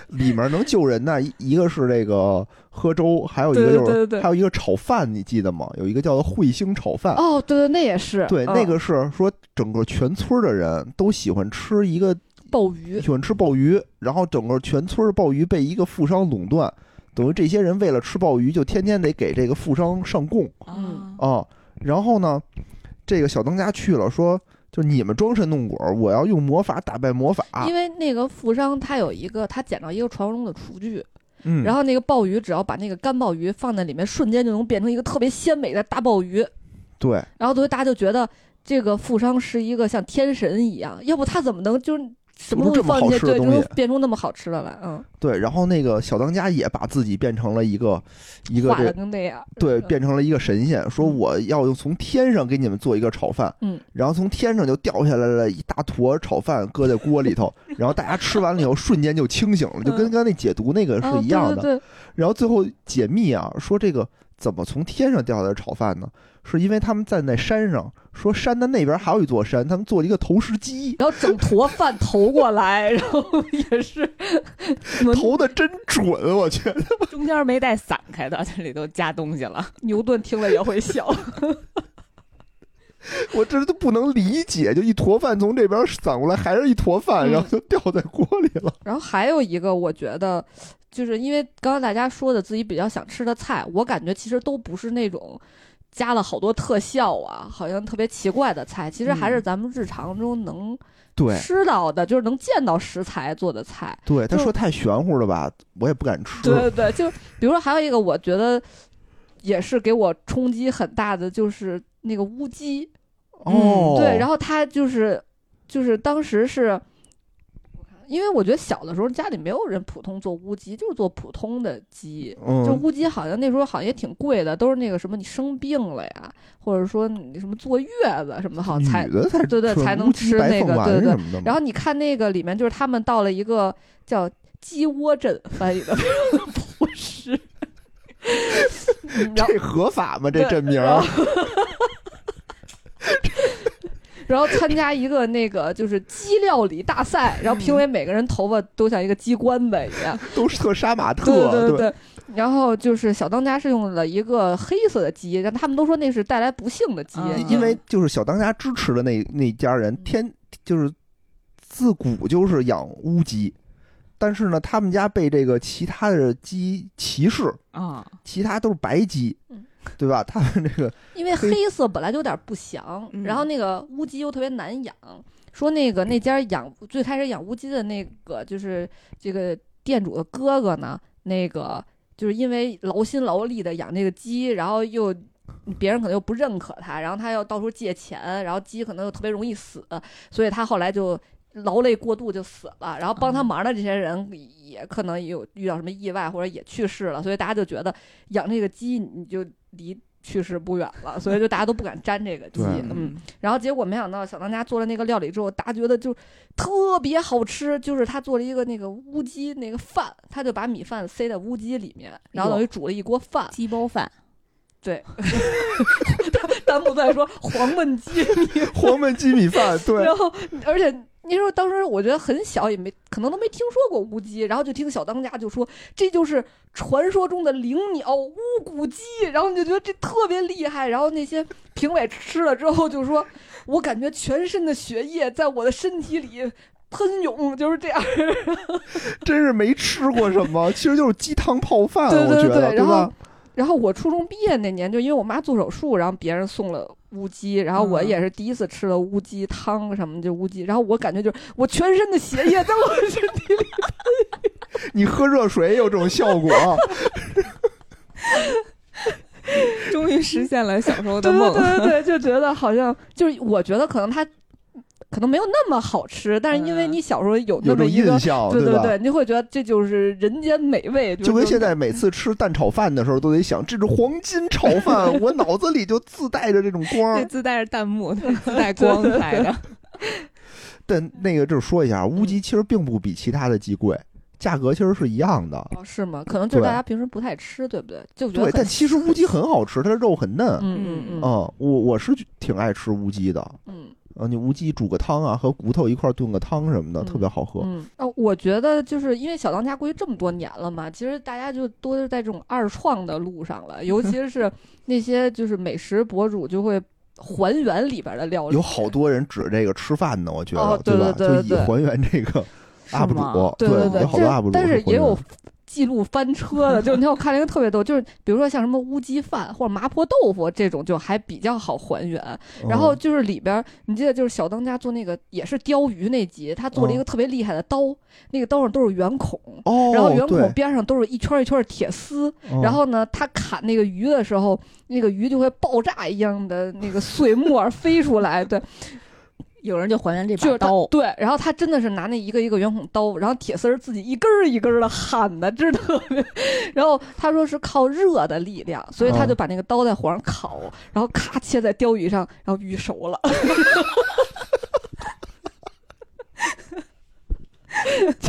里面能救人的，一一个是这个喝粥，还有一个
对
就是
对对对
还有一个炒饭，你记得吗？有一个叫做彗星炒饭。
哦，对对，那也是
对，
嗯
那个是说整个全村的人都喜欢吃一个
鲍鱼
喜欢吃鲍鱼，然后整个全村的鲍鱼被一个富商垄断，等于这些人为了吃鲍鱼，就天天得给这个富商上供
嗯
啊。然后呢，这个小当家去了，说就你们装神弄鬼，我要用魔法打败魔法。
因为那个富商他有一个，他捡到一个传说中的厨具，
嗯，
然后那个鲍鱼只要把那个干鲍鱼放在里面，瞬间就能变成一个特别鲜美的大鲍鱼。
对，
然后所以大家就觉得这个富商是一个像天神一样，要不他怎么能就是什么
做出
东西
这么
放
好
进去，
吃的
对，就
东
能
西？
变出那么好吃的来，嗯，
对，然后那个小当家也把自己变成了一个一个
画的
这
跟那样，
对，
嗯
变成了一个神仙，说我要用从天上给你们做一个炒饭，
嗯，
然后从天上就掉下来了一大坨炒饭，搁在锅里头， 然后大家吃完了以后瞬间就清醒了，就跟
嗯
刚才那解毒那个
哦
是一样的。
对对对，
然后最后解密啊，说这个怎么从天上掉下来的炒饭呢？是因为他们站在山上，说山的那边还有一座山，他们做了一个投石机，
然后整坨饭投过来， 然后也是什么
投的真准，我去。
中间没带散开的，这里头加东西 了。
牛顿听了也会笑，
我这都不能理解，就一坨饭从这边散过来，还是一坨饭，
嗯
然后就掉在锅里了。
然后还有一个，我觉得就是因为刚刚大家说的自己比较想吃的菜，我感觉其实都不是那种加了好多特效啊，好像特别奇怪的菜，其实还是咱们日常中能
对
吃到的，就是能见到食材做的菜。
对，他
就
说太玄乎了吧，我也不敢吃。
对对对，就比如说还有一个，我觉得也是给我冲击很大的，就是那个乌鸡。
哦，
嗯对，然
后
后他就是就是当时是。因为我觉得小的时候家里没有人普通做乌鸡，就是做普通的鸡，就
嗯，
乌鸡好像那时候好像也挺贵的，都是那个什么你生病了呀，或者说你什么坐月子什么好才
女的才
对对
吃
才
乌
能
鸡
吃
白
那
凤
个
丸
对对
什么的嘛。
然后你看那个里面，就是他们到了一个叫鸡窝镇，翻译的 非常的朴 实。嗯然后，
这合法吗？这
对
证明儿
然后然后参加一个那个就是鸡料理大赛，然后评委每个人头发都像一个鸡冠子一样。
都是特杀马
对
特，
对对。然后就是小当家是用了一个黑色的鸡，但他们都说那是带来不幸的鸡，
嗯
啊因为就是小当家支持的那那家人，
嗯
天就是自古就是养乌鸡，但是呢，他们家被这个其他的鸡歧视，
啊，
其他都是白鸡
嗯，
对吧？他们 这个
因为黑色本来就有点不祥，
嗯
然后那个乌鸡又特别难养。说那个那家养最开始养乌鸡的那个就是这个店主的哥哥呢，那个就是因为劳心劳力的养这个鸡，然后又别人可能又不认可他，然后他又到处借钱，然后鸡可能又特别容易死，所以他后来就。劳累过度就死了，然后帮他
嗯
忙的这些人也可能也有遇到什么意外或者也去世了，所以大家就觉得养这个鸡你就离去世不远了，所以就大家都不敢沾这个鸡。
对
嗯，然后结果没想到小当家做了那个料理之后，大家觉得就特别好吃，就是他做了一个那个乌鸡那个饭，他就把米饭塞在乌鸡里面，然后等于煮了一锅饭。
鸡包饭，
弹幕在说黄焖鸡，
黄焖鸡米饭，对，
然后而且那时候当时我觉得很小，也没可能都没听说过乌鸡，然后就听小当家就说这就是传说中的灵鸟乌骨鸡，然后你就觉得这特别厉害，然后那些评委吃了之后就说，我感觉全身的血液在我的身体里。喷涌就是这样，
真是没吃过什么，其实就是鸡汤泡饭，
对对
我觉
对
得，
然后
吧？
然后我初中毕业那年，就因为我妈做手术，然后别人送了乌鸡，然后我
嗯
也是第一次吃了乌鸡汤什么就乌鸡，然后我感觉就是我全身的血液在我的身体里，
你喝热水也有这种效果，
终于实现了小时候
对
的
对
梦。
对对，就觉得好像就是我觉得可能它可能没有那么好吃，但是因为
嗯
你小时候 有那
有
么
种
一
印
个，
象，
对
吧？
对，你会觉得这就是人间美味，
就跟
是
现在每次吃蛋炒饭的时候，都得想这是黄金炒 饭，我脑子里就自带着这种光
对，
儿。
自带着弹幕， 对自带光来的。
但那个就是说一
嗯
下，乌鸡其实并不比其他的鸡贵，价格其实是一样的。
哦是吗？可能就是
对
大家平时不太吃，对不对？就觉得
对，但
很
其实乌鸡很好吃，它的肉很嫩。
嗯嗯
嗯，
嗯
我我是挺爱吃乌鸡的。
嗯
呃，你乌鸡煮个汤啊，和骨头一块儿炖个汤什么的，
嗯
特别好喝。
嗯，啊，我觉得就是因为小当家过去这么多年了嘛，其实大家就都是在这种二创的路上了，尤其是那些就是美食博主就会还原里边的料理，
有好多人指这个吃饭呢，我觉得，
哦对
吧？
对对
就
对
以还原这个 UP
是吗
主，
对对，
有好多 UP 主，
但是也有。记录翻车 的，就是你看我看了一个特别逗，就是比如说像什么乌鸡饭或者麻婆豆腐这种，就还比较好还原。
嗯
然后就是里边儿，你记得就是小当家做那个也是鲷鱼那集，他做了一个特别厉害的刀，那个刀上都是圆孔，
哦，
然后圆
对
孔边上都是一圈儿一圈儿的铁丝，
嗯
然后呢，他砍那个鱼的时候，那个鱼就会爆炸一样的那个碎末儿飞出来，对，
有人就还原这
就
把
是他
刀，
对，然后他真的是拿那一个一个圆孔刀，然后铁丝儿自己一根儿一根儿的焊的，真的特别。 然后他说是靠热的力量，所以他
嗯
就把那个刀在火上烤，然后咔切在鲷鱼上，然后鱼熟了。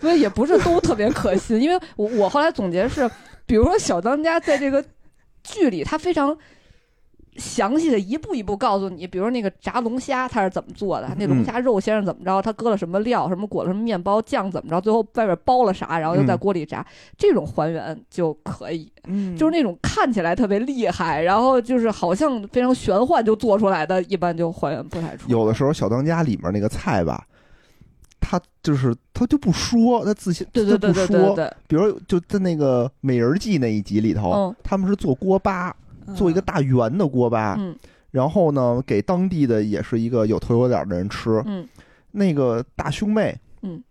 所以也不是都特别可信，因为我我后来总结是，比如说小当家在这个剧里，他非常详细的一步一步告诉你，比如说那个炸龙虾它是怎么做的，那
嗯
龙虾肉先是怎么着，它搁了什么料，什么裹了什么面包酱怎么着，最后外边包了啥，然后又在
嗯
锅里炸，这种还原就可以，
嗯
就是那种看起来特别厉害，然后就是好像非常玄幻就做出来的，一般就还原不太出。
嗯有的时候小当家里面那个菜吧，他就是他就不说，他自信
对对对对
他就不
对
说。
对，
比如就在那个《美人计》那一集里头，
嗯
他们是做锅巴，
嗯
做一个哦大圆的锅巴，
嗯
然后呢给当地的也是一个有头有脸的人吃。
嗯
那个大胸妹，
嗯，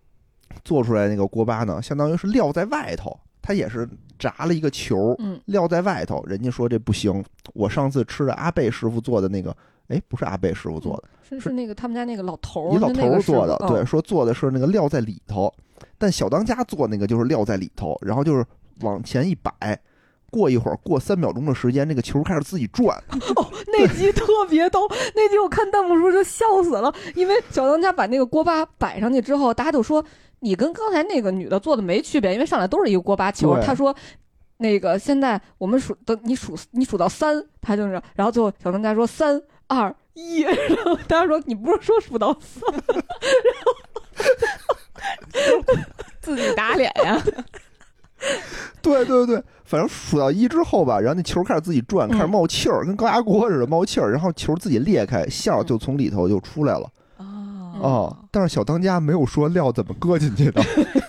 做出来那个锅巴呢，相当于是撂在外头，它也是炸了一个球，
嗯
撂在外头。人家说这不行，我上次吃的阿贝师傅做的那个，哎，不是阿贝师傅做的。
是
是
是那个嗯他们家那个老头儿，
一老
就
头
那个
儿
师
做的，
傅哦嗯
对，，说做的是那个料在里头，但小当家做那个就是料在里头，然后就是往前一摆，过一会儿，过三秒钟的时间，那个球开始自己转，
哦， 那集特别逗，那集我看弹幕的时候就笑死了，因为小当家把那个锅巴摆上去之后，大家就说你跟刚才那个女的做的没区别，因为上来都是一个锅巴球。
对
他说。那个，现在我们数，等你数，你数到三，他就是，然后最后小当家说三二一， 然后大家说你不是说数到三，
自己打脸呀，
对对对，反正数到一之后吧，然后那球开始自己转，开始
嗯
冒气儿，跟高压锅似的冒气儿，然后球自己裂开，馅
嗯
儿就从里头就出来了啊、
哦，
但是小当家没有说料怎么搁进去的，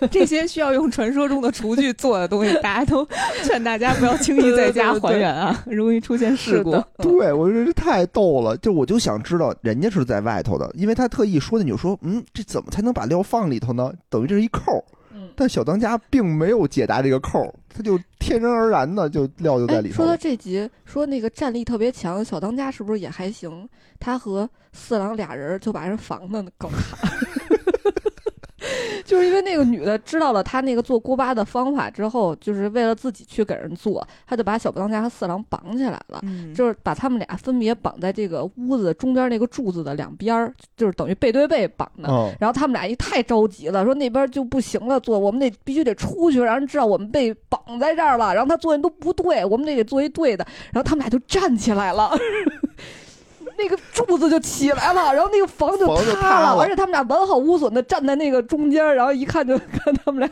嗯
这些需要用传说中的厨具做的东西，大家都劝大家不要轻易在家还 原啊，容易出现事故。
的，嗯
对，我觉得这太逗了，就我就想知道人家是在外头的，因为他特意说的，你就说，嗯，这怎么才能把料放里头呢？等于这是一扣儿，
嗯，
但小当家并没有解答这个扣儿，他就天然而然的就料就在
哎，
里头
说到
了。
这集，说那个战力特别强，小当家是不是也还行？他和四郎俩人就把人防的够卡。 就是因为那个女的知道了他那个做锅巴的方法之后，就是为了自己去给人做，他就把小当家和四郎绑起来了。
嗯
就是把他们俩分别绑在这个屋子中间那个柱子的两边儿，就是等于背对背绑的。
嗯，
然后他们俩一太着急了，说那边就不行了，做我们得必须得出去，让人知道我们被绑在这儿了。然后他做人都不对，我们得给做一对的。然后他们俩就站起来了， 那个柱子就起来了，然后那个房就
房
塌
就塌了
而且他们俩完好无损的站在那个中间，然后一看就看他们俩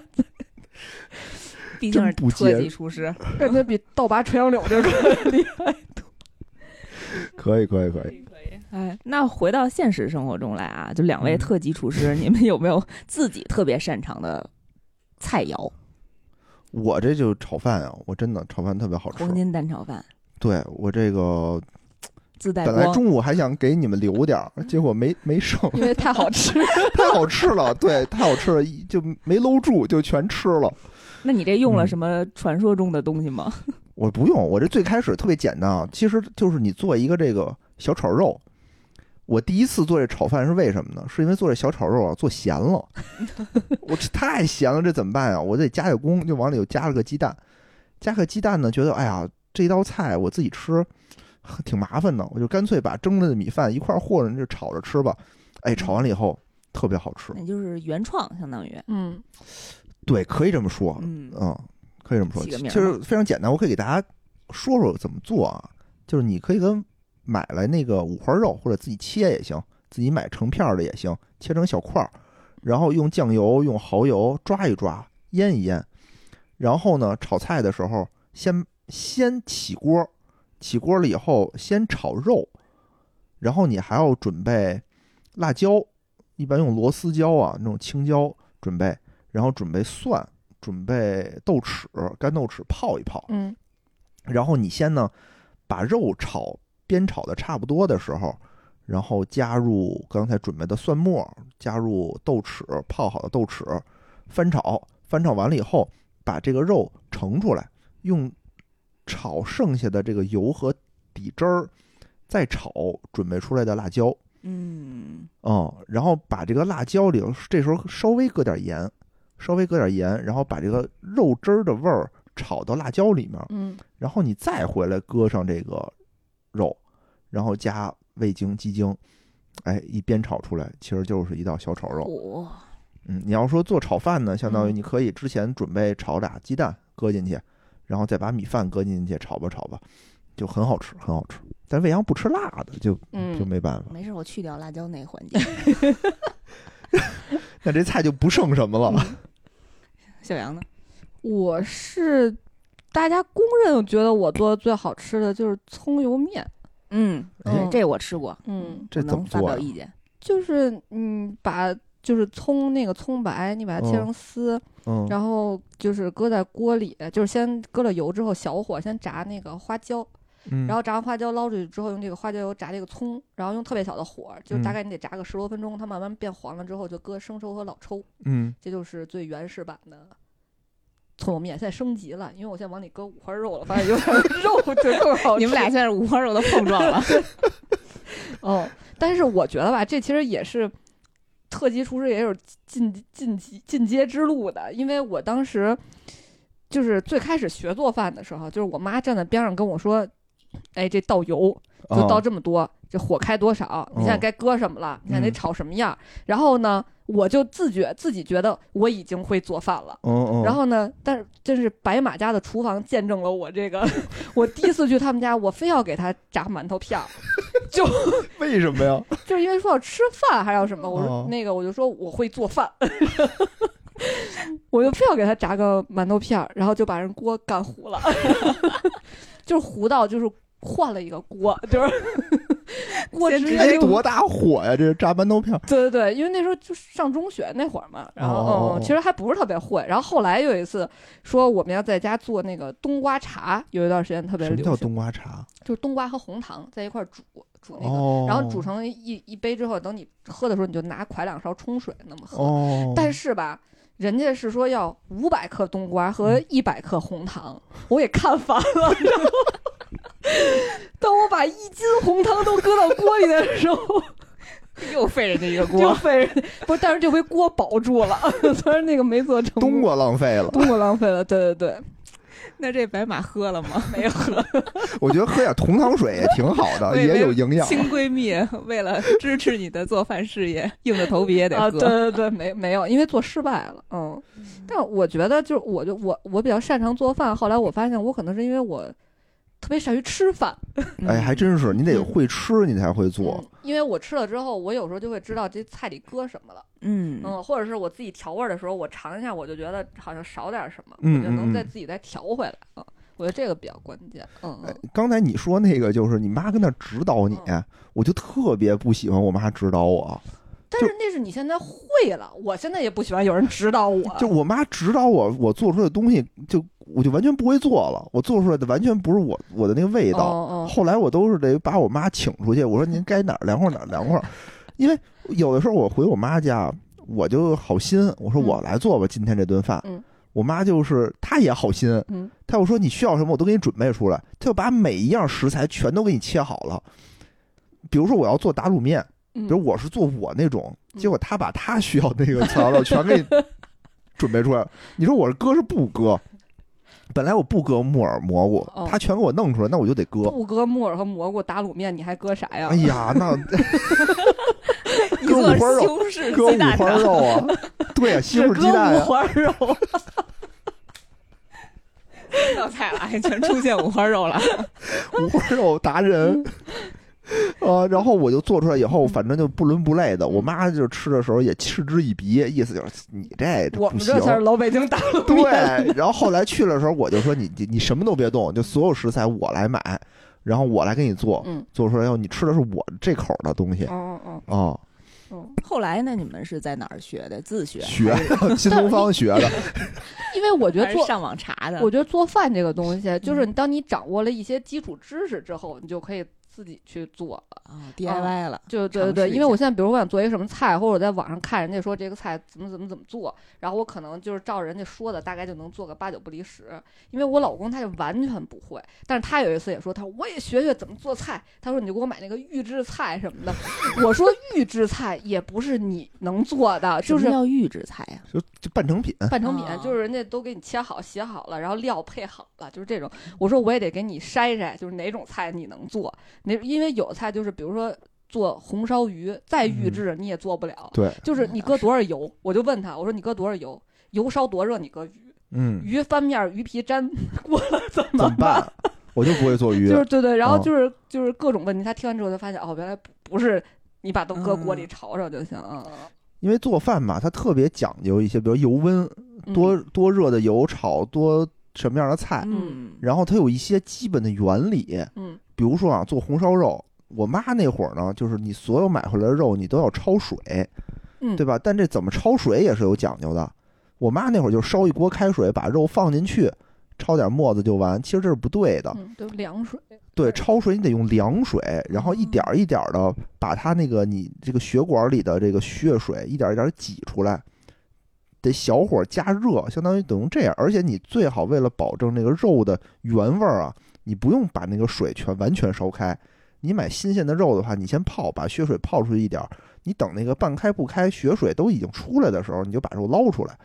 毕竟是
真不
特
接
技厨师，
感觉比倒拔垂杨柳这个厉害。
可以可以可以。
哎，那回到现实生活中来啊，就两位
嗯
特级厨师，你们有没有自己特别擅长的菜肴？
我这就炒饭啊，我真的炒饭特别好吃。
黄金蛋炒饭、
对我这个
自带
本来
光，
中午还想给你们留点儿，结果没没剩，
因为太好吃了，
太好吃了，对，太好吃了，一就没搂住，就全吃了。
那你这用了
嗯
什么传说中的东西吗？
我不用，我这最开始特别简单啊，其实就是你做一个这个小炒肉。我第一次做这炒饭是为什么呢？是因为做这小炒肉啊，做咸了，我这太咸了，这怎么办呀？我得加点工，就往里又加了个鸡蛋，加个鸡蛋呢，觉得哎呀，这道菜我自己吃呵挺麻烦的，我就干脆把蒸着的米饭一块儿和着，就炒着吃吧。哎，炒完了以后特别好吃，
那就是原创，相当于，
嗯，
对，可以这么说，
嗯，
嗯，可以这么说，
起个
其
名儿
实非常简单，我可以给大家说说怎么做啊。就是你可以跟买来那个五花肉，或者自己切也行，自己买成片儿的也行，切成小块儿，然后用酱油、用蚝油抓一抓，腌一腌。然后呢，炒菜的时候先先起锅，起锅了以后先炒肉，然后你还要准备辣椒，一般用螺丝椒啊那种青椒准备，然后准备蒜，准备豆豉、干豆豉泡一泡，
嗯，
然后你先呢把肉炒煸炒的差不多的时候，然后加入刚才准备的蒜末，加入豆豉泡好的豆豉，翻炒，翻炒完了以后，把这个肉盛出来，用炒剩下的这个油和底汁儿再炒准备出来的辣椒，
嗯，
嗯，然后把这个辣椒里头，这时候稍微搁点盐，稍微搁点盐，然后把这个肉汁儿的味儿炒到辣椒里面，
嗯，
然后你再回来搁上这个肉，然后加味精、鸡精，哎，一煸炒出来，其实就是一道小炒肉。
哇，
嗯，你要说做炒饭呢，相当于
嗯
你可以之前准备炒俩鸡蛋搁进去，然后再把米饭搁进去炒吧炒吧，就很好吃，很好吃。但未央不吃辣的，就
嗯
就没办法，
没事，我去掉辣椒那个 环节。
那这菜就不剩什么了。
小杨呢？
我是大家公认觉得我做的最好吃的就是葱油面，
嗯，
哎
这我吃过，
嗯，
这
我
怎
能
么
发
做
表
呀？
意见？
就是嗯，把就是葱那个葱白，你把它切成丝，
嗯，
然后就是搁在锅里，就是先搁了油之后，小火先炸那个花椒，
嗯
然后炸完花椒捞出去之后，用这个花椒油炸这个葱，然后用特别小的火，就是大概你得炸个十多分钟，它慢慢变黄了之后，就搁生抽和老抽，
嗯，
这就是最原始版的。葱油面现在升级了，因为我现在往里搁五花肉了，发现有点肉 就更好吃。
你们俩现在是五花肉的碰撞 了，
哦，但是我觉得吧，这其实也是特级厨师也有进进级进阶之路的，因为我当时就是最开始学做饭的时候，就是我妈站在边上跟我说：“哎，这倒油就
啊
倒这么多，这火开多少？你现在
哦
该搁什么了？你看得
嗯
炒什么样？”然后呢，我就自觉自己觉得我已经会做饭了。
嗯嗯，
然后呢？但是真是白马家的厨房见证了我这个。 我第一次去他们家，我非要给他炸馒头片儿，
为什么呀？
就是因为说要吃饭还要什么，我说、
哦
那个我就说我会做饭， 我就非要给他炸个馒头片儿，然后就把人锅干糊了， 就是糊到就是换了一个锅，就是 锅
先
直
直
接
接
哎，
就
多大火呀！这炸馒头片儿，
对对对，因为那时候就上中学那会儿嘛，然后
哦哦哦
嗯，其实还不是特别会。然后后来有一次说我们要在家做那个冬瓜茶，有一段时间特别
什么
流
叫
行，
冬瓜茶？
就是冬瓜和红糖在一块儿煮煮那个
哦，
然后煮成一一杯之后，等你喝的时候，你就拿㧟两勺冲水那么喝。
哦，
但是吧，人家是说要五百克冬瓜和
嗯
一百克红糖，我也看烦了。然 后，当我把一斤红糖都搁到锅里的时候，又废人家一个
就
锅，
费
不是，但是这回锅保住了， 虽然那个没做成功，
冬瓜浪费了。
冬瓜浪费了，对对对，
那这白马喝了吗？
没喝，
我觉得喝点同糖水也挺好 的，
对
也有营养。
亲闺蜜为了支持你的做饭事业，硬着头皮也得
啊，
喝。
对对对，没没有，因为做失败了，嗯，但我觉得就是我就我我比较擅长做饭，后来我发现我可能是因为我特别善于吃饭，
嗯
哎，还真是，你得
嗯
会吃，你才会做
嗯。因为我吃了之后，我有时候就会知道这菜里搁什么了，
嗯
嗯，或者是我自己调味儿的时候，我尝一下，我就觉得好像少点什么，
嗯
我就能再
嗯嗯
自己再调回来啊、嗯我觉得这个比较关键，嗯
哎，刚才你说那个就是你妈跟那指导你，我就特别不喜欢我妈指导我。
啊但
就是
那是你现在会了，我现在也不喜欢有人指导我。
就我妈指导我，我做出来的东西就我就完全不会做了，我做出来的完全不是我我的那个味道。
哦
后来我都是得把我妈请出去，我说您该哪儿凉快哪儿凉快，因为有的时候我回我妈家，我就好心，我说
嗯
我来做吧，今天这顿饭。
嗯
我妈就是她也好心，
嗯
她又说你需要什么我都给你准备出来，她就把每一样食材全都给你切好了。比如说我要做打卤面，
嗯
比如我是做我那种，
嗯
结果她把她需要那个材料全 给你准备出来了。你说我是搁是不搁？本来我不搁木耳蘑菇
哦，
她全给我弄出来，那我就得搁。
不搁木耳和蘑菇打卤面，你还搁啥呀？
哎呀，那
一
搁
个
五花肉，
西红柿
搁
鸡
五
蛋
花
肠，
肉 啊，对啊，西
只
红柿
搁
鸡 蛋
五
啊，
花肉，
道菜了，哎全出现五花肉了。
五花肉达人。 呃，然后我就做出来以后，反正就不伦不类的。我妈就吃的时候也嗤之以鼻，意思就是你这这
我
不
们
行
这。才是老北京打卤
对
面。，
然后后来去的时候，我就说你你你什么都别动，就所有食材我来买，然后我来给你做，
嗯，
做出来以后你吃的是我这口儿的东西啊、
哦哦
哦
哦，
后来呢？你们是在哪儿学的？自学，
啊学的 新东方学的，
因为我觉
还
得
是
做，
上网查的？嗯
我觉得做饭这个东西，就是你当你掌握了一些基础知识之后，你就可以自己去做了。
啊 DIY 了，
就对
尝
对
试
对，
一
因为
下
我现在比如我想做一个什么菜，或者我在网上看人家说这个菜怎么怎么怎么做，然后我可能就是照人家说的，大概就能做个八九不离十。因为我老公他就完全不会，但是他有一次也说，他说我也学学怎么做菜，他说你就给我买那个预制菜什么的。 我说预制菜也不是你能做的，就
什么
是
叫预制菜啊呀。
就就半成品。
半成品
啊，
就是人家都给你切好、写好了，然后料配好了，就是这种。我说我也得给你筛筛，就是哪种菜你能做，哪因为有菜就是比如说做红烧鱼，再预制你也做不了。
对，
就是你搁多少油，我就问他，我说你搁多少油，油烧多热你搁鱼，
嗯，
鱼翻面儿鱼皮粘过了怎
怎
么
么？办？我就不会做鱼，
就是对对，然后
哦
就是就是各种问题，他听完之后就发现哦，原来不不是你把都搁锅
嗯
里炒炒就行啊，
因为做饭嘛，它特别讲究一些，比如油温，
嗯
多多热的油炒多什么样的菜，
嗯，
然后它有一些基本的原理，
嗯
比如说啊，做红烧肉。我妈那会儿呢，就是你所有买回来的肉，你都要焯水，
嗯
对吧？但这怎么焯水也是有讲究的。我妈那会儿就烧一锅开水，把肉放进去，焯点沫子就完。其实这是不对的，
嗯，都凉水，
对，焯水你得用凉水，然后一点儿一点的把它那个你这个血管里的这个血水一点儿一点儿挤出来，得小火加热，相当于等于这样。而且你最好为了保证那个肉的原味儿啊，你不用把那个水全完全烧开。你买新鲜的肉的话，你先泡，把血水泡出去一点儿，你等那个半开不开，血水都已经出来的时候，你就把肉捞出来，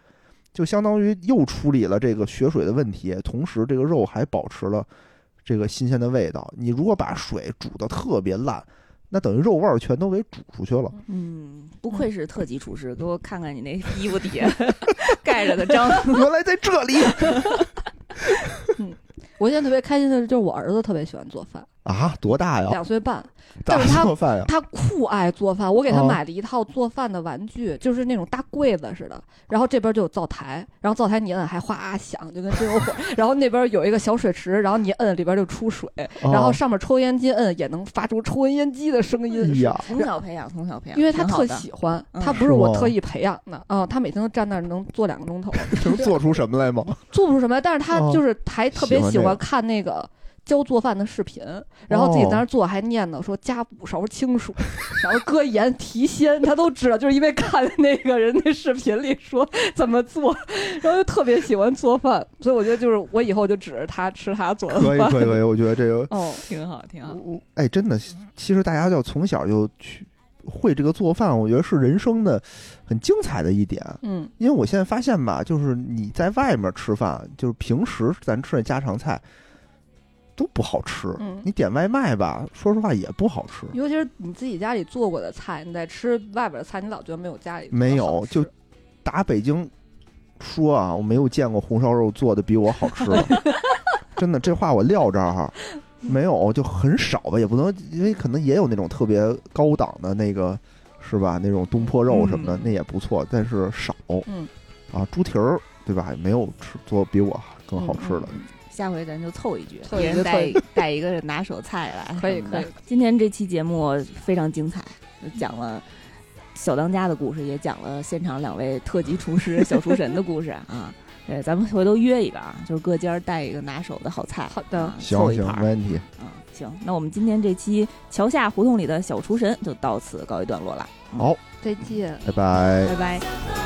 就相当于又处理了这个血水的问题，同时这个肉还保持了这个新鲜的味道。你如果把水煮得特别烂，那等于肉味儿全都给煮出去了。
嗯，不愧是特级厨师，给我看看你那衣服 底下盖着的章。
嗯
原来在这里
我现在特别开心的是，就是我儿子特别喜欢做饭，
啊，多大呀？
两岁半，
咋
但是他
做饭呀？
他酷爱做饭。我给他
哦
买了一套做饭的玩具，就是那种大柜子似的，然后这边就有灶台，然后灶台你摁还哗啊响，就跟真有火，然后那边有一个小水池，然后你摁里边就出水， 然后
啊
上面抽烟机摁也能发出抽烟机的声
哎
音。
呀，
从小培养，从小培养，
因为他
挺好
特
的
喜欢，
嗯
他不
是
是我
吗
特意培养的啊、他每天都站那儿能坐两个钟头，
能做出什么来 吗？
做不出什么来，但是他
哦
就是还特别
喜欢
喜
这个
欢看那个教做饭的视频，然后自己在那儿做还念叨说加五勺 清水，然后搁盐提鲜，他都知道，就是因为看那个人那视频里说 怎么做，然后就特别喜欢做饭，所以我觉得就是我以后就指着他吃他做的
可以
饭。
可以可以，我觉得这个
哦，
嗯挺好，挺好。
我哎，真的，其实大家要从小就去会这个做饭，我觉得是人生的很精彩的一点。
嗯
因为我现在发现吧，就是你在外面吃饭，就是平时咱吃的家常菜都不好吃，
嗯，
你点外卖吧，说实话也不好吃。
尤其是你自己家里做过的菜，你在吃外边的菜，你老觉得没有家里做的
没有
好吃
就打北京说啊，我没有见过红烧肉做的比我好吃 的，真的，这话我撂这儿哈。
嗯
没有，就很少吧，也不能，因为可能也有那种特别高档的那个，是吧？那种东坡肉什么的，
嗯
那也不错，但是少。
嗯，
啊，猪蹄儿，对吧？也没有吃做比我更好吃的。
嗯嗯
下回咱就凑一局，
凑一
别人
局凑
带
一
带一个拿手菜来，
可以
什么
可
的
以，
嗯今天这期节目非常精彩，讲了小当家的故事，也讲了现场两位特级厨 师小厨神的故事啊。对，咱们回头约一个啊，就是各家带一个拿手的好菜，
好的
啊
行
凑一
行
盘，
没
儿
问题。
啊。行，那我们今天这期桥下
嗯
胡同里的小厨神就到此告一段落了。
好，
再见。
拜拜
拜拜。
拜拜。